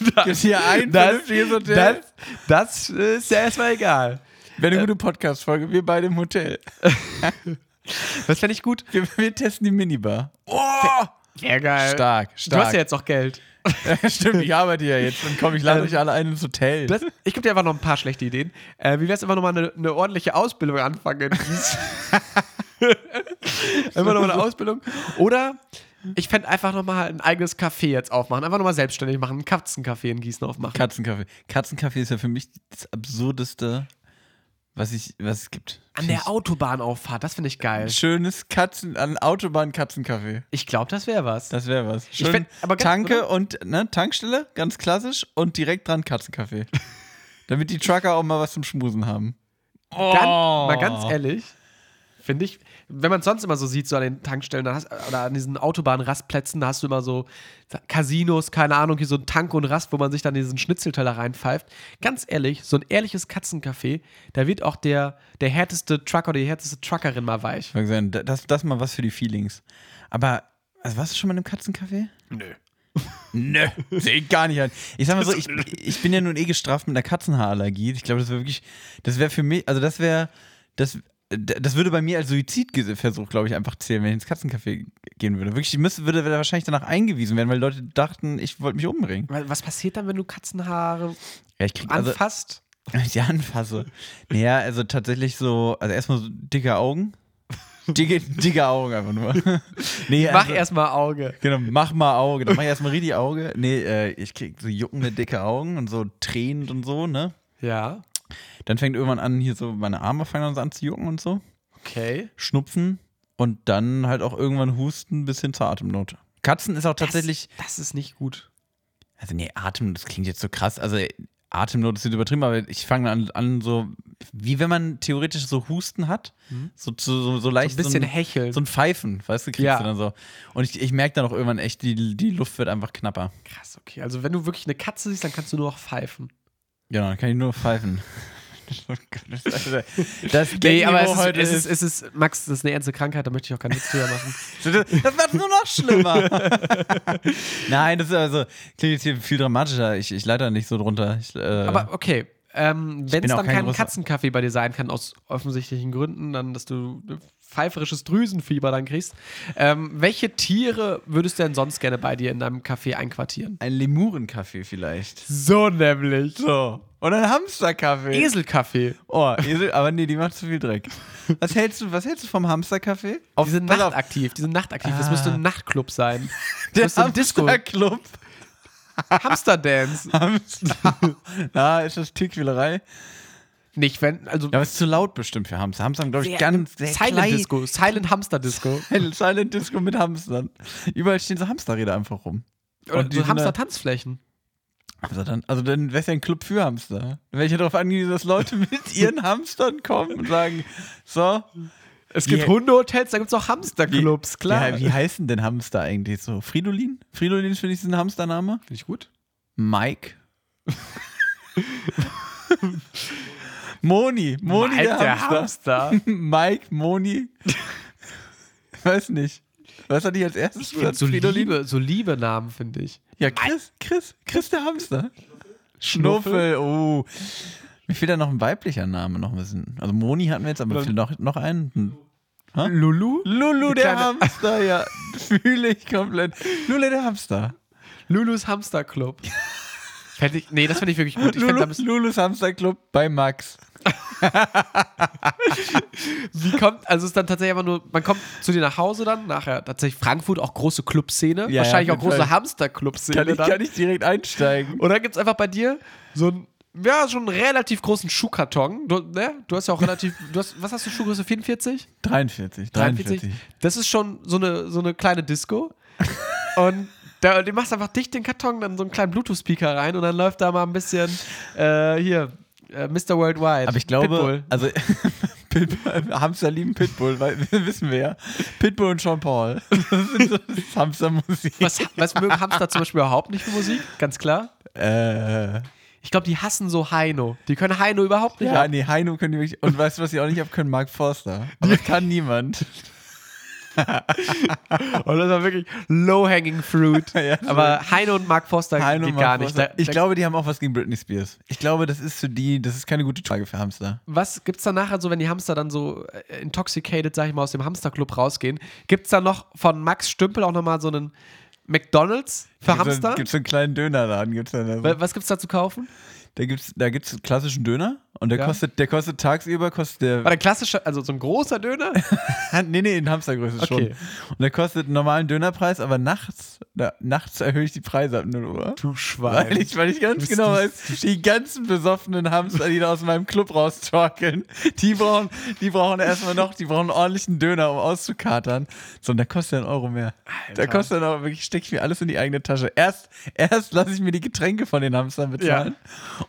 Speaker 1: Gibt es hier ein vernünftiges Hotel?
Speaker 2: das, das ist ja erstmal egal.
Speaker 1: Wäre eine gute Podcast-Folge. Wir beide im Hotel.
Speaker 2: Das fände ich gut.
Speaker 1: Wir, wir testen die Minibar. Oh!
Speaker 2: Sehr geil.
Speaker 1: Stark,
Speaker 2: Du hast
Speaker 1: stark.
Speaker 2: ja jetzt auch Geld.
Speaker 1: Stimmt, ich arbeite ja jetzt. Und komm, ich lade euch alle ein ins Hotel.
Speaker 2: Das, ich gebe dir einfach noch ein paar schlechte Ideen. Äh, wie wär's einfach nochmal eine, eine ordentliche Ausbildung anfangen? einfach nochmal eine Ausbildung. Oder ich fände einfach nochmal ein eigenes Café jetzt aufmachen. Einfach nochmal selbstständig machen. Ein Katzencafé in Gießen aufmachen.
Speaker 1: Katzenkaffee. Katzenkaffee ist ja für mich das absurdeste, was, ich, was es gibt.
Speaker 2: An der Autobahnauffahrt, das finde ich geil.
Speaker 1: Schönes Katzen, an Autobahn Katzenkaffee.
Speaker 2: Ich glaube, das wäre was.
Speaker 1: Das wäre was. Schön
Speaker 2: fänd- aber ganz- genau-
Speaker 1: Tanke und ne, Tankstelle, ganz klassisch und direkt dran Katzenkaffee. Damit die Trucker auch mal was zum Schmusen haben.
Speaker 2: Ganz, mal ganz ehrlich, finde ich, wenn man es sonst immer so sieht, so an den Tankstellen da hast, oder an diesen Autobahnrastplätzen, da hast du immer so Casinos, keine Ahnung, hier so ein Tank und Rast, wo man sich dann diesen Schnitzelteller reinpfeift. Ganz ehrlich, so ein ehrliches Katzencafé, da wird auch der, der härteste Trucker oder die härteste Truckerin mal weich.
Speaker 1: Mag sein, da- das, das mal was für die Feelings. Aber also warst du schon mal in einem Katzenkaffee?
Speaker 2: Nö.
Speaker 1: Nö, sehe ich gar nicht an. Ich sag mal so, ich, ich bin ja nun eh gestraft mit einer Katzenhaarallergie. Ich glaube, das wäre wirklich, das wäre für mich, also das wäre, das, das würde bei mir als Suizidversuch, glaube ich, einfach zählen, wenn ich ins Katzencafé gehen würde. Wirklich, ich müsste, würde wahrscheinlich danach eingewiesen werden, weil Leute dachten, ich wollte mich umbringen.
Speaker 2: Was passiert dann, wenn du Katzenhaare
Speaker 1: Ja, ich krieg also,
Speaker 2: anfasst?
Speaker 1: wenn ich die anfasse. Naja, also tatsächlich so, also erstmal so dicke Augen. Dicke, dicke Augen einfach nur. Nee,
Speaker 2: Mach
Speaker 1: also-
Speaker 2: erstmal Auge.
Speaker 1: Genau, mach mal Auge. Dann mach ich erstmal richtig Auge. Nee, äh, ich krieg so juckende, dicke Augen und so tränend und so, ne?
Speaker 2: Ja,
Speaker 1: Dann fängt irgendwann an, hier so meine Arme fangen dann so an zu jucken und so.
Speaker 2: okay.
Speaker 1: Schnupfen und dann halt auch irgendwann Husten bis hin zur Atemnot. Katzen ist auch tatsächlich.
Speaker 2: Das, das ist nicht gut.
Speaker 1: Also, nee, Atem, das klingt jetzt so krass. Also, Atemnot ist jetzt übertrieben, aber ich fange an, an, so, wie wenn man theoretisch so Husten hat, so, so, so, so
Speaker 2: Mhm. Ein
Speaker 1: leicht.
Speaker 2: bisschen
Speaker 1: ein-
Speaker 2: hecheln.
Speaker 1: so ein Pfeifen, weißt du, kriegst
Speaker 2: Ja.
Speaker 1: du dann so. Und ich, ich merke dann auch irgendwann echt, die, die Luft wird einfach knapper.
Speaker 2: Krass, okay. Also wenn du wirklich eine Katze siehst, dann kannst du nur noch pfeifen.
Speaker 1: Genau, dann kann ich nur pfeifen. Das
Speaker 2: Nee,
Speaker 1: Niveau
Speaker 2: aber es ist,
Speaker 1: oh, heute
Speaker 2: es, ist, es ist, Max, das ist eine ernste Krankheit, da möchte ich auch keinen Witz drüber machen.
Speaker 1: Das wird nur noch schlimmer. Nein, das ist also, klingt jetzt hier viel dramatischer. Ich, ich leite da nicht so drunter. Ich, äh,
Speaker 2: Aber okay, ähm, wenn es
Speaker 1: bin auch
Speaker 2: dann
Speaker 1: kein
Speaker 2: keinen
Speaker 1: großer-
Speaker 2: Katzenkaffee bei dir sein kann, aus offensichtlichen Gründen, dann, dass du pfeiferisches Drüsenfieber dann kriegst, ähm, welche Tiere würdest du denn sonst gerne bei dir in deinem Kaffee einquartieren?
Speaker 1: ein Lemurenkaffee vielleicht.
Speaker 2: So nämlich.
Speaker 1: So. Oder ein Hamsterkaffee.
Speaker 2: Eselkaffee.
Speaker 1: Oh, Esel, aber nee, die macht zu viel Dreck. Was hältst du, was hältst du vom Hamsterkaffee? Auf,
Speaker 2: Die sind
Speaker 1: pass auf, Ah.
Speaker 2: nachtaktiv, die sind nachtaktiv. Das müsste ein Nachtclub sein. Das
Speaker 1: der
Speaker 2: müsste ein Disco.
Speaker 1: Hamsterclub.
Speaker 2: Hamsterdance.
Speaker 1: Hamster. Na, ist das Tierquälerei?
Speaker 2: Nicht, wenn, also
Speaker 1: Ja, aber es ist zu laut bestimmt für Hamster. Hamster haben, glaube ich,
Speaker 2: Sehr-
Speaker 1: ganz sehr
Speaker 2: Silent
Speaker 1: klein-
Speaker 2: Disco, Silent Hamster Disco.
Speaker 1: Silent Disco mit Hamstern. Überall stehen so Hamsterräder einfach rum.
Speaker 2: Oder
Speaker 1: die sind
Speaker 2: so
Speaker 1: da-
Speaker 2: Hamster-Tanzflächen.
Speaker 1: Also dann, also dann wär's ja ein Club für Hamster. Dann wär ich ja darauf angewiesen, dass Leute mit ihren Hamstern kommen und sagen, so,
Speaker 2: Es
Speaker 1: Wie-
Speaker 2: gibt Hundehotels, da gibt es auch Hamsterclubs, klar.
Speaker 1: Ja, wie heißen denn Hamster eigentlich so? Fridolin? Fridolin finde ich ist ein Hamstername.
Speaker 2: Finde ich gut.
Speaker 1: Mike. Moni. Moni
Speaker 2: Mike,
Speaker 1: der,
Speaker 2: der
Speaker 1: Hamster. Mike, Moni. Weiß nicht. Was hatte ich als erstes
Speaker 2: Ich find so liebe, so liebe Namen, finde ich.
Speaker 1: Ja, Chris, Chris, Chris der Hamster. Schnuffel, oh. Mir fehlt da noch ein weiblicher Name noch ein bisschen. Also Moni hatten wir jetzt, aber fehlt noch, noch einen. Hm.
Speaker 2: Lulu?
Speaker 1: Lulu der
Speaker 2: kleine-
Speaker 1: Hamster, ja. Fühle ich komplett. Lulu der Hamster.
Speaker 2: Lulus Hamsterclub. Fänd ich, nee, das finde ich wirklich gut. Ich find, da
Speaker 1: Lulu,
Speaker 2: müssen,
Speaker 1: Lulus Hamsterclub bei Max.
Speaker 2: wie kommt, also es ist dann tatsächlich einfach nur, man kommt zu dir nach Hause dann, nachher tatsächlich Frankfurt, auch große Clubszene,
Speaker 1: ja,
Speaker 2: wahrscheinlich
Speaker 1: auf
Speaker 2: auch
Speaker 1: jeden
Speaker 2: große
Speaker 1: Fall.
Speaker 2: Hamsterclub-Szene.
Speaker 1: Kann ich,
Speaker 2: dann.
Speaker 1: kann ich direkt einsteigen.
Speaker 2: Und dann gibt es einfach bei dir so einen, ja, schon einen relativ großen Schuhkarton. Du, ne? du hast ja auch relativ, du hast, was hast du, Schuhgröße 44?
Speaker 1: 43,
Speaker 2: 43?
Speaker 1: 43.
Speaker 2: Das ist schon so eine, so eine kleine Disco. und da, du machst einfach dicht den Karton, dann so einen kleinen Bluetooth-Speaker rein und dann läuft da mal ein bisschen, äh, hier, äh, Mr. Worldwide.
Speaker 1: Aber ich glaube,
Speaker 2: Pitbull.
Speaker 1: also Pitbull, Hamster lieben Pitbull, weil wissen wir ja. Pitbull und Sean Paul. Das sind so das ist Hamstermusik.
Speaker 2: Was, was mögen Hamster zum Beispiel überhaupt nicht für Musik? Ganz klar.
Speaker 1: Äh,
Speaker 2: Ich glaube, die hassen so Heino. Die können Heino überhaupt nicht.
Speaker 1: ja,
Speaker 2: ab.
Speaker 1: nee, Heino können die wirklich. Und weißt du, was ich auch nicht hab können? Mark Forster. Aber das kann niemand. Oh,
Speaker 2: Und das war wirklich low-hanging fruit.
Speaker 1: Ja, das
Speaker 2: Aber Heino und Mark Foster
Speaker 1: Heino
Speaker 2: geht
Speaker 1: und Mark
Speaker 2: gar nicht.
Speaker 1: Forster.
Speaker 2: Da-
Speaker 1: ich
Speaker 2: da-
Speaker 1: glaube, die haben auch was gegen Britney Spears. Ich glaube, das ist für die, das ist keine gute Frage für Hamster.
Speaker 2: Was gibt's da nachher so, wenn die Hamster dann so äh, intoxicated, sag ich mal, aus dem Hamsterclub rausgehen? Gibt's da noch von Max Stümpel auch nochmal so einen McDonalds für
Speaker 1: Gibt's
Speaker 2: Hamster?
Speaker 1: So, gibt's so einen kleinen Dönerladen, gibt's da. Da,
Speaker 2: Wa- Was gibt's da zu kaufen?
Speaker 1: da gibt's, da gibt's einen klassischen Döner und der
Speaker 2: Ja.
Speaker 1: kostet, der kostet tagsüber, kostet der
Speaker 2: War der klassische, also so ein großer Döner?
Speaker 1: Ah, nee, nee, in Hamstergröße schon.
Speaker 2: Okay.
Speaker 1: Und der kostet einen normalen Dönerpreis, aber nachts, na, nachts erhöhe ich die Preise ab 0 Uhr.
Speaker 2: Du
Speaker 1: Weil
Speaker 2: Schwein.
Speaker 1: ich, weil ich ganz
Speaker 2: Bist
Speaker 1: genau
Speaker 2: du-
Speaker 1: weiß, die ganzen besoffenen Hamster, die da aus meinem Club raustorkeln, die brauchen, die brauchen erstmal noch, die brauchen einen ordentlichen Döner, um auszukatern. So, und der kostet ja einen Euro mehr. Da kostet dann auch wirklich, stecke ich mir alles in die eigene Tasche. Erst, erst lasse ich mir die Getränke von den Hamstern bezahlen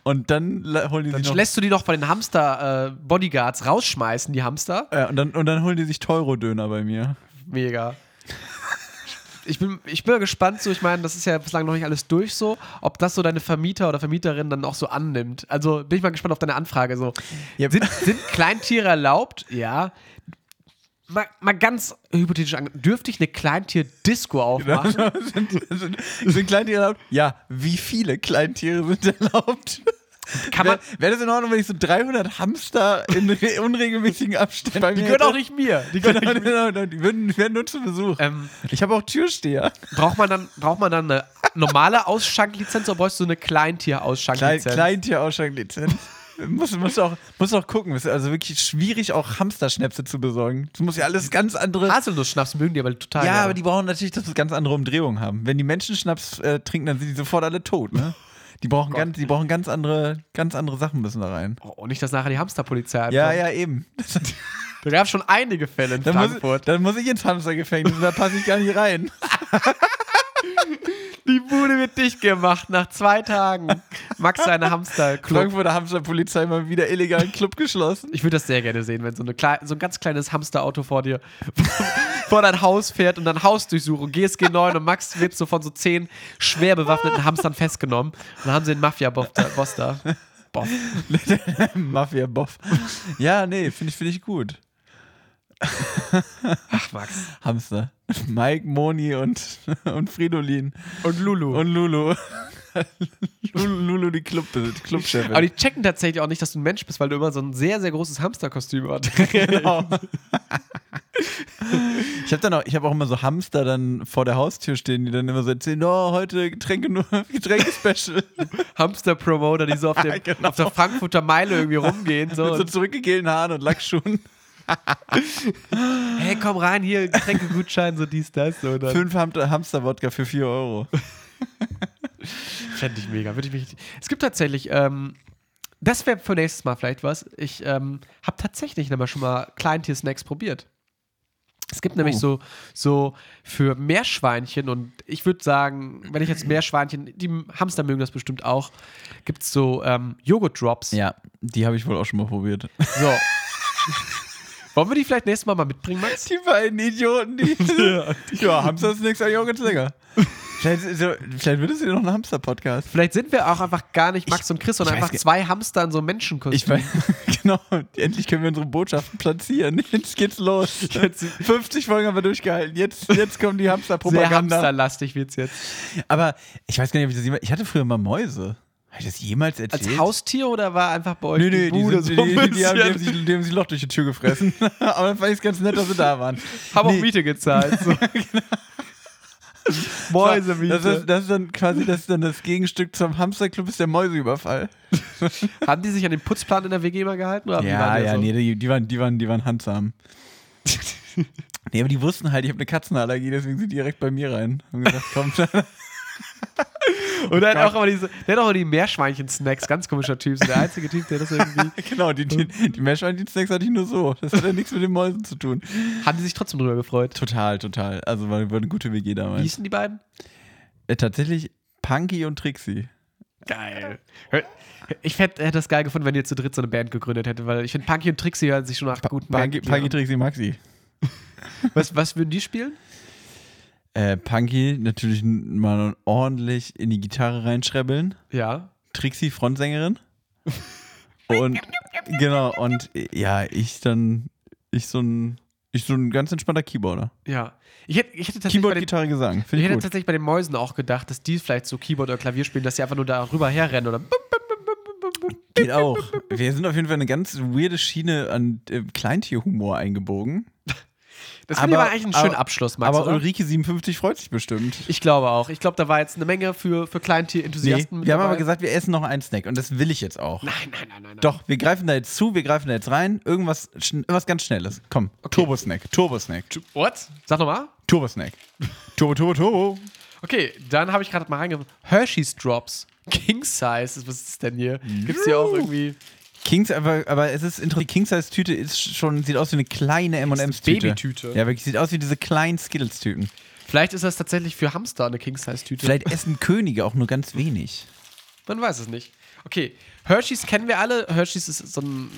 Speaker 1: und dann la- holen die
Speaker 2: Dann
Speaker 1: sich noch
Speaker 2: lässt du die doch von den Hamster-Bodyguards rausschmeißen, die Hamster.
Speaker 1: äh, und, dann, und dann holen die sich Teuro-Döner bei mir.
Speaker 2: Mega. Ich bin, ich bin mal gespannt, so ich meine, das ist ja bislang noch nicht alles durch so, ob das so deine Vermieter oder Vermieterin dann auch so annimmt. Also bin ich mal gespannt auf deine Anfrage so.
Speaker 1: Ja.
Speaker 2: Sind, sind Kleintiere erlaubt? Ja. Mal, mal ganz hypothetisch an, dürfte ich eine Kleintier-Disco aufmachen?
Speaker 1: Genau. sind, sind, sind Kleintiere erlaubt? Ja, wie viele Kleintiere sind erlaubt?
Speaker 2: Kann man,
Speaker 1: Wäre wär das in Ordnung, wenn ich so 300 Hamster in re unregelmäßigen Abständen bei mir
Speaker 2: die gehört auch
Speaker 1: hätte?
Speaker 2: nicht mir. Die gehört
Speaker 1: Genau,
Speaker 2: nicht mir.
Speaker 1: genau, genau, die würden, die wären nur zu Besuch.
Speaker 2: Ähm,
Speaker 1: ich habe auch Türsteher.
Speaker 2: braucht, man dann, braucht man dann eine normale Ausschanklizenz oder brauchst du eine
Speaker 1: Klein,
Speaker 2: Kleintier-Ausschanklizenz?
Speaker 1: Kleintierausschank-Lizenz. Muss, muss, auch, muss auch gucken. Ist also wirklich schwierig, auch Hamsterschnäpse zu besorgen. Das muss ja alles ganz andere.
Speaker 2: Ah, Haselnuss-Schnaps mögen die aber total.
Speaker 1: ja,
Speaker 2: gerne.
Speaker 1: aber die brauchen natürlich, dass wir ganz andere Umdrehungen haben. Wenn die Menschen Schnaps äh, trinken, dann sind die sofort alle tot, ne? Die brauchen, ganz, die brauchen ganz andere, ganz andere Sachen müssen da rein.
Speaker 2: Oh, nicht, dass nachher die Hamsterpolizei
Speaker 1: Ja,
Speaker 2: ankommt.
Speaker 1: ja, eben.
Speaker 2: Da gab es schon einige Fälle in
Speaker 1: Dann muss,
Speaker 2: Frankfurt.
Speaker 1: dann muss ich ins Hamstergefängnis, da passe ich gar nicht rein.
Speaker 2: Die Bude wird dicht gemacht nach zwei Tagen. Max seine Hamsterclub.
Speaker 1: Frankfurter Hamsterpolizei mal wieder illegalen Club geschlossen.
Speaker 2: Ich würde das sehr gerne sehen, wenn so, eine klei- so ein ganz kleines Hamsterauto vor dir vor dein Haus fährt und dann Haus durchsuchen. GSG 9 und Max wird so von so zehn schwer bewaffneten Hamstern festgenommen. Und dann haben sie den Mafia-Boss da. Boff.
Speaker 1: Mafia-Boff. Ja, nee, finde ich, find ich gut.
Speaker 2: Ach, Max.
Speaker 1: Hamster. Mike, Moni und, und Fridolin.
Speaker 2: Und Lulu.
Speaker 1: Und Lulu. Lulu, Lulu die Club, die Clubchefin.
Speaker 2: aber die checken tatsächlich auch nicht, dass du ein Mensch bist, weil du immer so ein sehr, sehr großes Hamsterkostüm hast.
Speaker 1: Genau. ich habe dann auch, ich habe auch immer so Hamster dann vor der Haustür stehen, die dann immer so erzählen, oh, heute Getränke nur, Getränke-Special.
Speaker 2: Hamster-Promoter, die so auf, dem,
Speaker 1: Genau.
Speaker 2: auf der Frankfurter Meile irgendwie rumgehen. So.
Speaker 1: Mit so zurückgegelten Haaren und Lackschuhen.
Speaker 2: und, hey, komm rein, hier, Getränkegutschein, so dies, das. So, dann-
Speaker 1: Fünf Ham- Hamster-Wodka für 4 Euro.
Speaker 2: Fände ich mega. Würde ich mich, es gibt tatsächlich, ähm, das wäre für nächstes Mal vielleicht was. Ich ähm, habe tatsächlich nämlich schon mal Kleintier-Snacks probiert. Es gibt nämlich so, so für Meerschweinchen und ich würde sagen, wenn ich jetzt Meerschweinchen, die Hamster mögen das bestimmt auch, gibt es so ähm, Joghurt-Drops.
Speaker 1: Ja, die habe ich wohl auch schon mal probiert.
Speaker 2: So. Wollen wir die vielleicht nächstes Mal mal mitbringen, Max?
Speaker 1: Die beiden Idioten, die. ja, Hamster ist nix, aber Joghurt ist lecker. Vielleicht, so, vielleicht würdest du dir noch einen Hamster-Podcast.
Speaker 2: Vielleicht sind wir auch einfach gar nicht Max
Speaker 1: Ich-
Speaker 2: und Chris, sondern
Speaker 1: ich weiß
Speaker 2: einfach
Speaker 1: ge-
Speaker 2: zwei Hamster in so einem Menschenkostüm.
Speaker 1: Ich weiß, genau. Endlich können wir unsere Botschaften platzieren. Jetzt geht's los.
Speaker 2: Jetzt-
Speaker 1: 50 Folgen haben wir durchgehalten. Jetzt, jetzt kommt die
Speaker 2: Sehr
Speaker 1: Hamster-Propaganda.
Speaker 2: hamsterlastig wird es jetzt.
Speaker 1: Aber ich weiß gar nicht, ob ich das jemals. Ich hatte früher mal Mäuse. Habe ich das jemals
Speaker 2: Als
Speaker 1: erzählt?
Speaker 2: Haustier oder war einfach bei euch
Speaker 1: Nö, nö,
Speaker 2: die Bude
Speaker 1: die, sind,
Speaker 2: so ein
Speaker 1: die, die, die, haben, die, haben
Speaker 2: bisschen?
Speaker 1: sich, die haben sich ein Loch durch die Tür gefressen. Aber dann fand ich es ganz nett, dass sie da waren.
Speaker 2: Haben auch
Speaker 1: Nee.
Speaker 2: Miete gezahlt. So. Genau.
Speaker 1: Das ist,
Speaker 2: Mäusemiete.
Speaker 1: das ist dann quasi das, ist dann das Gegenstück zum Hamsterclub, ist der Mäuseüberfall.
Speaker 2: Haben die sich an den Putzplan in der WG mal gehalten? Oder haben die waren so?
Speaker 1: die, die, waren, die, waren, die waren handsam. nee, aber die wussten halt, ich habe eine Katzenallergie, deswegen sind die direkt bei mir rein. Haben gesagt, komm,
Speaker 2: Und der hat
Speaker 1: Gott.
Speaker 2: auch immer diese, der hat auch immer die Meerschweinchen-Snacks. Ganz komischer Typ. So Der einzige Typ, der das irgendwie.
Speaker 1: genau, die, die, die Meerschweinchen-Snacks hatte ich nur so. Das hat ja nichts mit den Mäusen zu tun.
Speaker 2: Haben die sich trotzdem drüber gefreut?
Speaker 1: Total, total. Also war, war eine gute WG
Speaker 2: Wie
Speaker 1: damals.
Speaker 2: hießen die beiden?
Speaker 1: Äh, tatsächlich Punky und Trixie.
Speaker 2: Geil. Ich fänd, hätte das geil gefunden, wenn ihr zu dritt so eine Band gegründet hättet, weil ich finde, Punky und Trixie hören sich schon nach guten
Speaker 1: Punky,
Speaker 2: Bands
Speaker 1: Punky,
Speaker 2: an.
Speaker 1: Trixie, Maxi.
Speaker 2: was, was würden die spielen?
Speaker 1: Äh, Punky natürlich n- mal ordentlich in die Gitarre reinschrebbeln.
Speaker 2: Ja.
Speaker 1: Trixie Frontsängerin. Und genau, und äh, ja, ich dann, ich so ein, ich so ein ganz entspannter Keyboarder.
Speaker 2: Ja. Ich hätte, ich hätte tatsächlich bei
Speaker 1: Keyboard,
Speaker 2: den-
Speaker 1: Gitarre, Gesang.
Speaker 2: Ich
Speaker 1: Finde ich
Speaker 2: hätte
Speaker 1: gut.
Speaker 2: tatsächlich bei den Mäusen auch gedacht, dass die vielleicht so Keyboard oder Klavier spielen, dass sie einfach nur da rüber herrennen oder.
Speaker 1: Geht auch. Wir sind auf jeden Fall eine ganz weirde Schiene an äh, Kleintierhumor eingebogen.
Speaker 2: Das finde ich
Speaker 1: Aber-
Speaker 2: aber eigentlich einen schönen
Speaker 1: aber-
Speaker 2: Abschluss, Max.
Speaker 1: Aber
Speaker 2: oder?
Speaker 1: Ulrike57 freut sich bestimmt.
Speaker 2: ich glaube auch. Ich glaube, da war jetzt eine Menge für, für
Speaker 1: Nee,
Speaker 2: Kleintier-Enthusiasten. mit
Speaker 1: wir haben
Speaker 2: dabei.
Speaker 1: aber gesagt, wir essen noch einen Snack und das will ich jetzt auch.
Speaker 2: Nein, nein, nein, nein.
Speaker 1: Doch, wir greifen da jetzt zu, wir greifen da jetzt rein. Irgendwas, schn- irgendwas ganz Schnelles. Komm, Turbo-Snack, Turbo-Snack,
Speaker 2: nein. What? Sag nochmal.
Speaker 1: Turbo-Snack. Turbo, Turbo, Turbo.
Speaker 2: Okay, dann habe ich gerade mal reingegangen. Hershey's Drops. King Size. Was ist denn hier? Gibt's hier auch irgendwie.
Speaker 1: Kings, aber, aber es ist interessant, die King-Size-Tüte ist schon, sieht aus wie eine kleine M&M's-Tüte.
Speaker 2: Babytüte.
Speaker 1: Ja, wirklich, sieht aus wie diese kleinen Skittles-Tüten.
Speaker 2: Vielleicht ist das tatsächlich für Hamster eine King Size-Tüte.
Speaker 1: Vielleicht essen Könige auch nur ganz wenig.
Speaker 2: Man weiß es nicht. Okay, Hershey's kennen wir alle. Hershey's ist so ein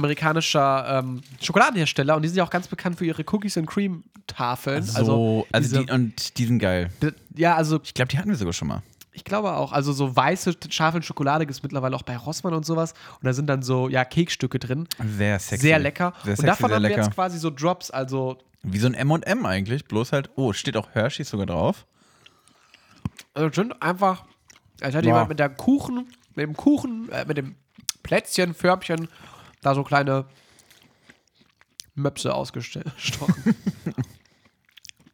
Speaker 2: US-amerikanischer ähm, Schokoladenhersteller und die sind ja auch ganz bekannt für ihre Cookies and Cream Tafeln.
Speaker 1: so, also
Speaker 2: diese,
Speaker 1: die, und die sind geil.
Speaker 2: d- ja, also
Speaker 1: Ich glaube, die hatten wir sogar schon mal.
Speaker 2: ich glaube auch, also so weiße Tafeln Schokolade gibt es mittlerweile auch bei Rossmann und sowas und da sind dann so ja Kekstücke drin.
Speaker 1: Sehr sexy.
Speaker 2: Sehr lecker.
Speaker 1: Sehr sexy,
Speaker 2: und davon
Speaker 1: sehr
Speaker 2: haben wir
Speaker 1: lecker.
Speaker 2: jetzt quasi so Drops, also
Speaker 1: Wie so ein M&M eigentlich, bloß halt, oh, steht auch Hershey's sogar drauf.
Speaker 2: Also sind einfach, als hätte
Speaker 1: Ja.
Speaker 2: jemand mit der Kuchen, mit dem Kuchen, äh, mit dem Plätzchenförbchen da so kleine Möpse ausgestochen.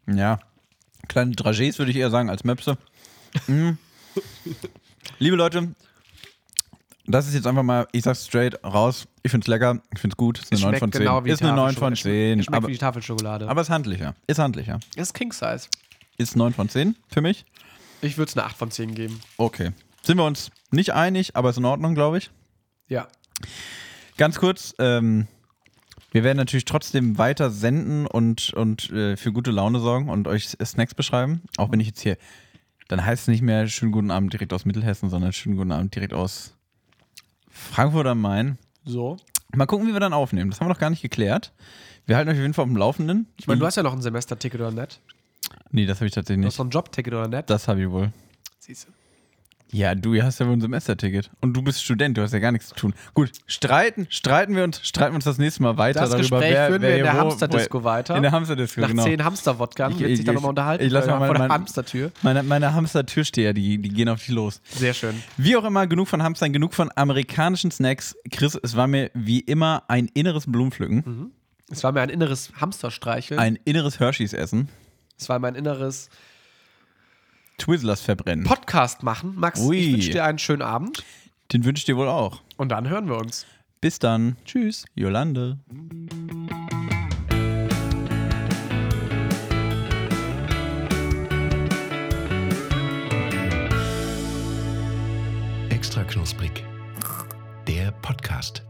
Speaker 1: Ja. Kleine Dragés würde ich eher sagen als Möpse. Mm. Liebe Leute, das ist jetzt einfach mal, ich sag's straight raus. Ich find's lecker, ich find's gut. Ist eine 9 von 10.
Speaker 2: genau wie
Speaker 1: ist eine 9
Speaker 2: Tafelschokolade.
Speaker 1: von
Speaker 2: Es schmeckt-
Speaker 1: 10.
Speaker 2: es Schmeckt
Speaker 1: Aber,
Speaker 2: wie die Tafelschokolade.
Speaker 1: aber ist handlicher. Ist handlicher.
Speaker 2: es ist King Size.
Speaker 1: Ist 9 von 10 für mich.
Speaker 2: Ich würde es eine 8 von 10 geben.
Speaker 1: Okay. Sind wir uns nicht einig, aber ist in Ordnung, glaube ich.
Speaker 2: Ja.
Speaker 1: Ganz kurz, ähm, wir werden natürlich trotzdem weiter senden und, und äh, für gute Laune sorgen und euch Snacks beschreiben. Auch wenn ich jetzt hier, dann heißt es nicht mehr schönen guten Abend direkt aus Mittelhessen, sondern schönen guten Abend direkt aus Frankfurt am Main.
Speaker 2: So.
Speaker 1: Mal gucken, wie wir dann aufnehmen. Das haben wir noch gar nicht geklärt. Wir halten euch auf jeden Fall auf dem Laufenden.
Speaker 2: Ich meine, du hast ja noch ein Semesterticket oder nicht?
Speaker 1: nee, das habe ich tatsächlich
Speaker 2: Du hast
Speaker 1: Hm. nicht.
Speaker 2: noch ein Jobticket oder nicht?
Speaker 1: Das habe ich wohl.
Speaker 2: Siehst du.
Speaker 1: Ja, du hast ja wohl ein Semesterticket. Und du bist Student, du hast ja gar nichts zu tun. Gut, streiten, streiten wir uns, streiten wir uns das nächste Mal weiter
Speaker 2: Das
Speaker 1: darüber.
Speaker 2: Gespräch
Speaker 1: wer,
Speaker 2: führen
Speaker 1: wer
Speaker 2: wir in
Speaker 1: hier
Speaker 2: der
Speaker 1: wo-
Speaker 2: Hamsterdisco
Speaker 1: wo-
Speaker 2: weiter.
Speaker 1: In der Hamsterdisco,
Speaker 2: Nach
Speaker 1: genau.
Speaker 2: zehn Hamster-Wodka
Speaker 1: Ich-
Speaker 2: wird sich
Speaker 1: ich-
Speaker 2: da nochmal unterhalten.
Speaker 1: ich lass
Speaker 2: äh,
Speaker 1: mal
Speaker 2: vor der
Speaker 1: mein-
Speaker 2: Hamstertür.
Speaker 1: Meine, meine Hamster-Türsteher, die, die gehen auf dich los.
Speaker 2: Sehr schön.
Speaker 1: Wie auch immer, genug von Hamstern, genug von amerikanischen Snacks. Chris, es war mir wie immer ein inneres Blumenpflücken,
Speaker 2: Mhm. Es war mir ein inneres Hamsterstreichel.
Speaker 1: ein inneres Hershey's essen,
Speaker 2: Es war mein inneres
Speaker 1: Twizzlers verbrennen.
Speaker 2: Podcast machen. Max,
Speaker 1: Ui.
Speaker 2: ich wünsche dir einen schönen Abend
Speaker 1: Den wünscht dir wohl auch.
Speaker 2: und dann hören wir uns.
Speaker 1: Bis dann,
Speaker 2: Tschüss.
Speaker 1: Jolande.
Speaker 3: Extra knusprig. Der Podcast.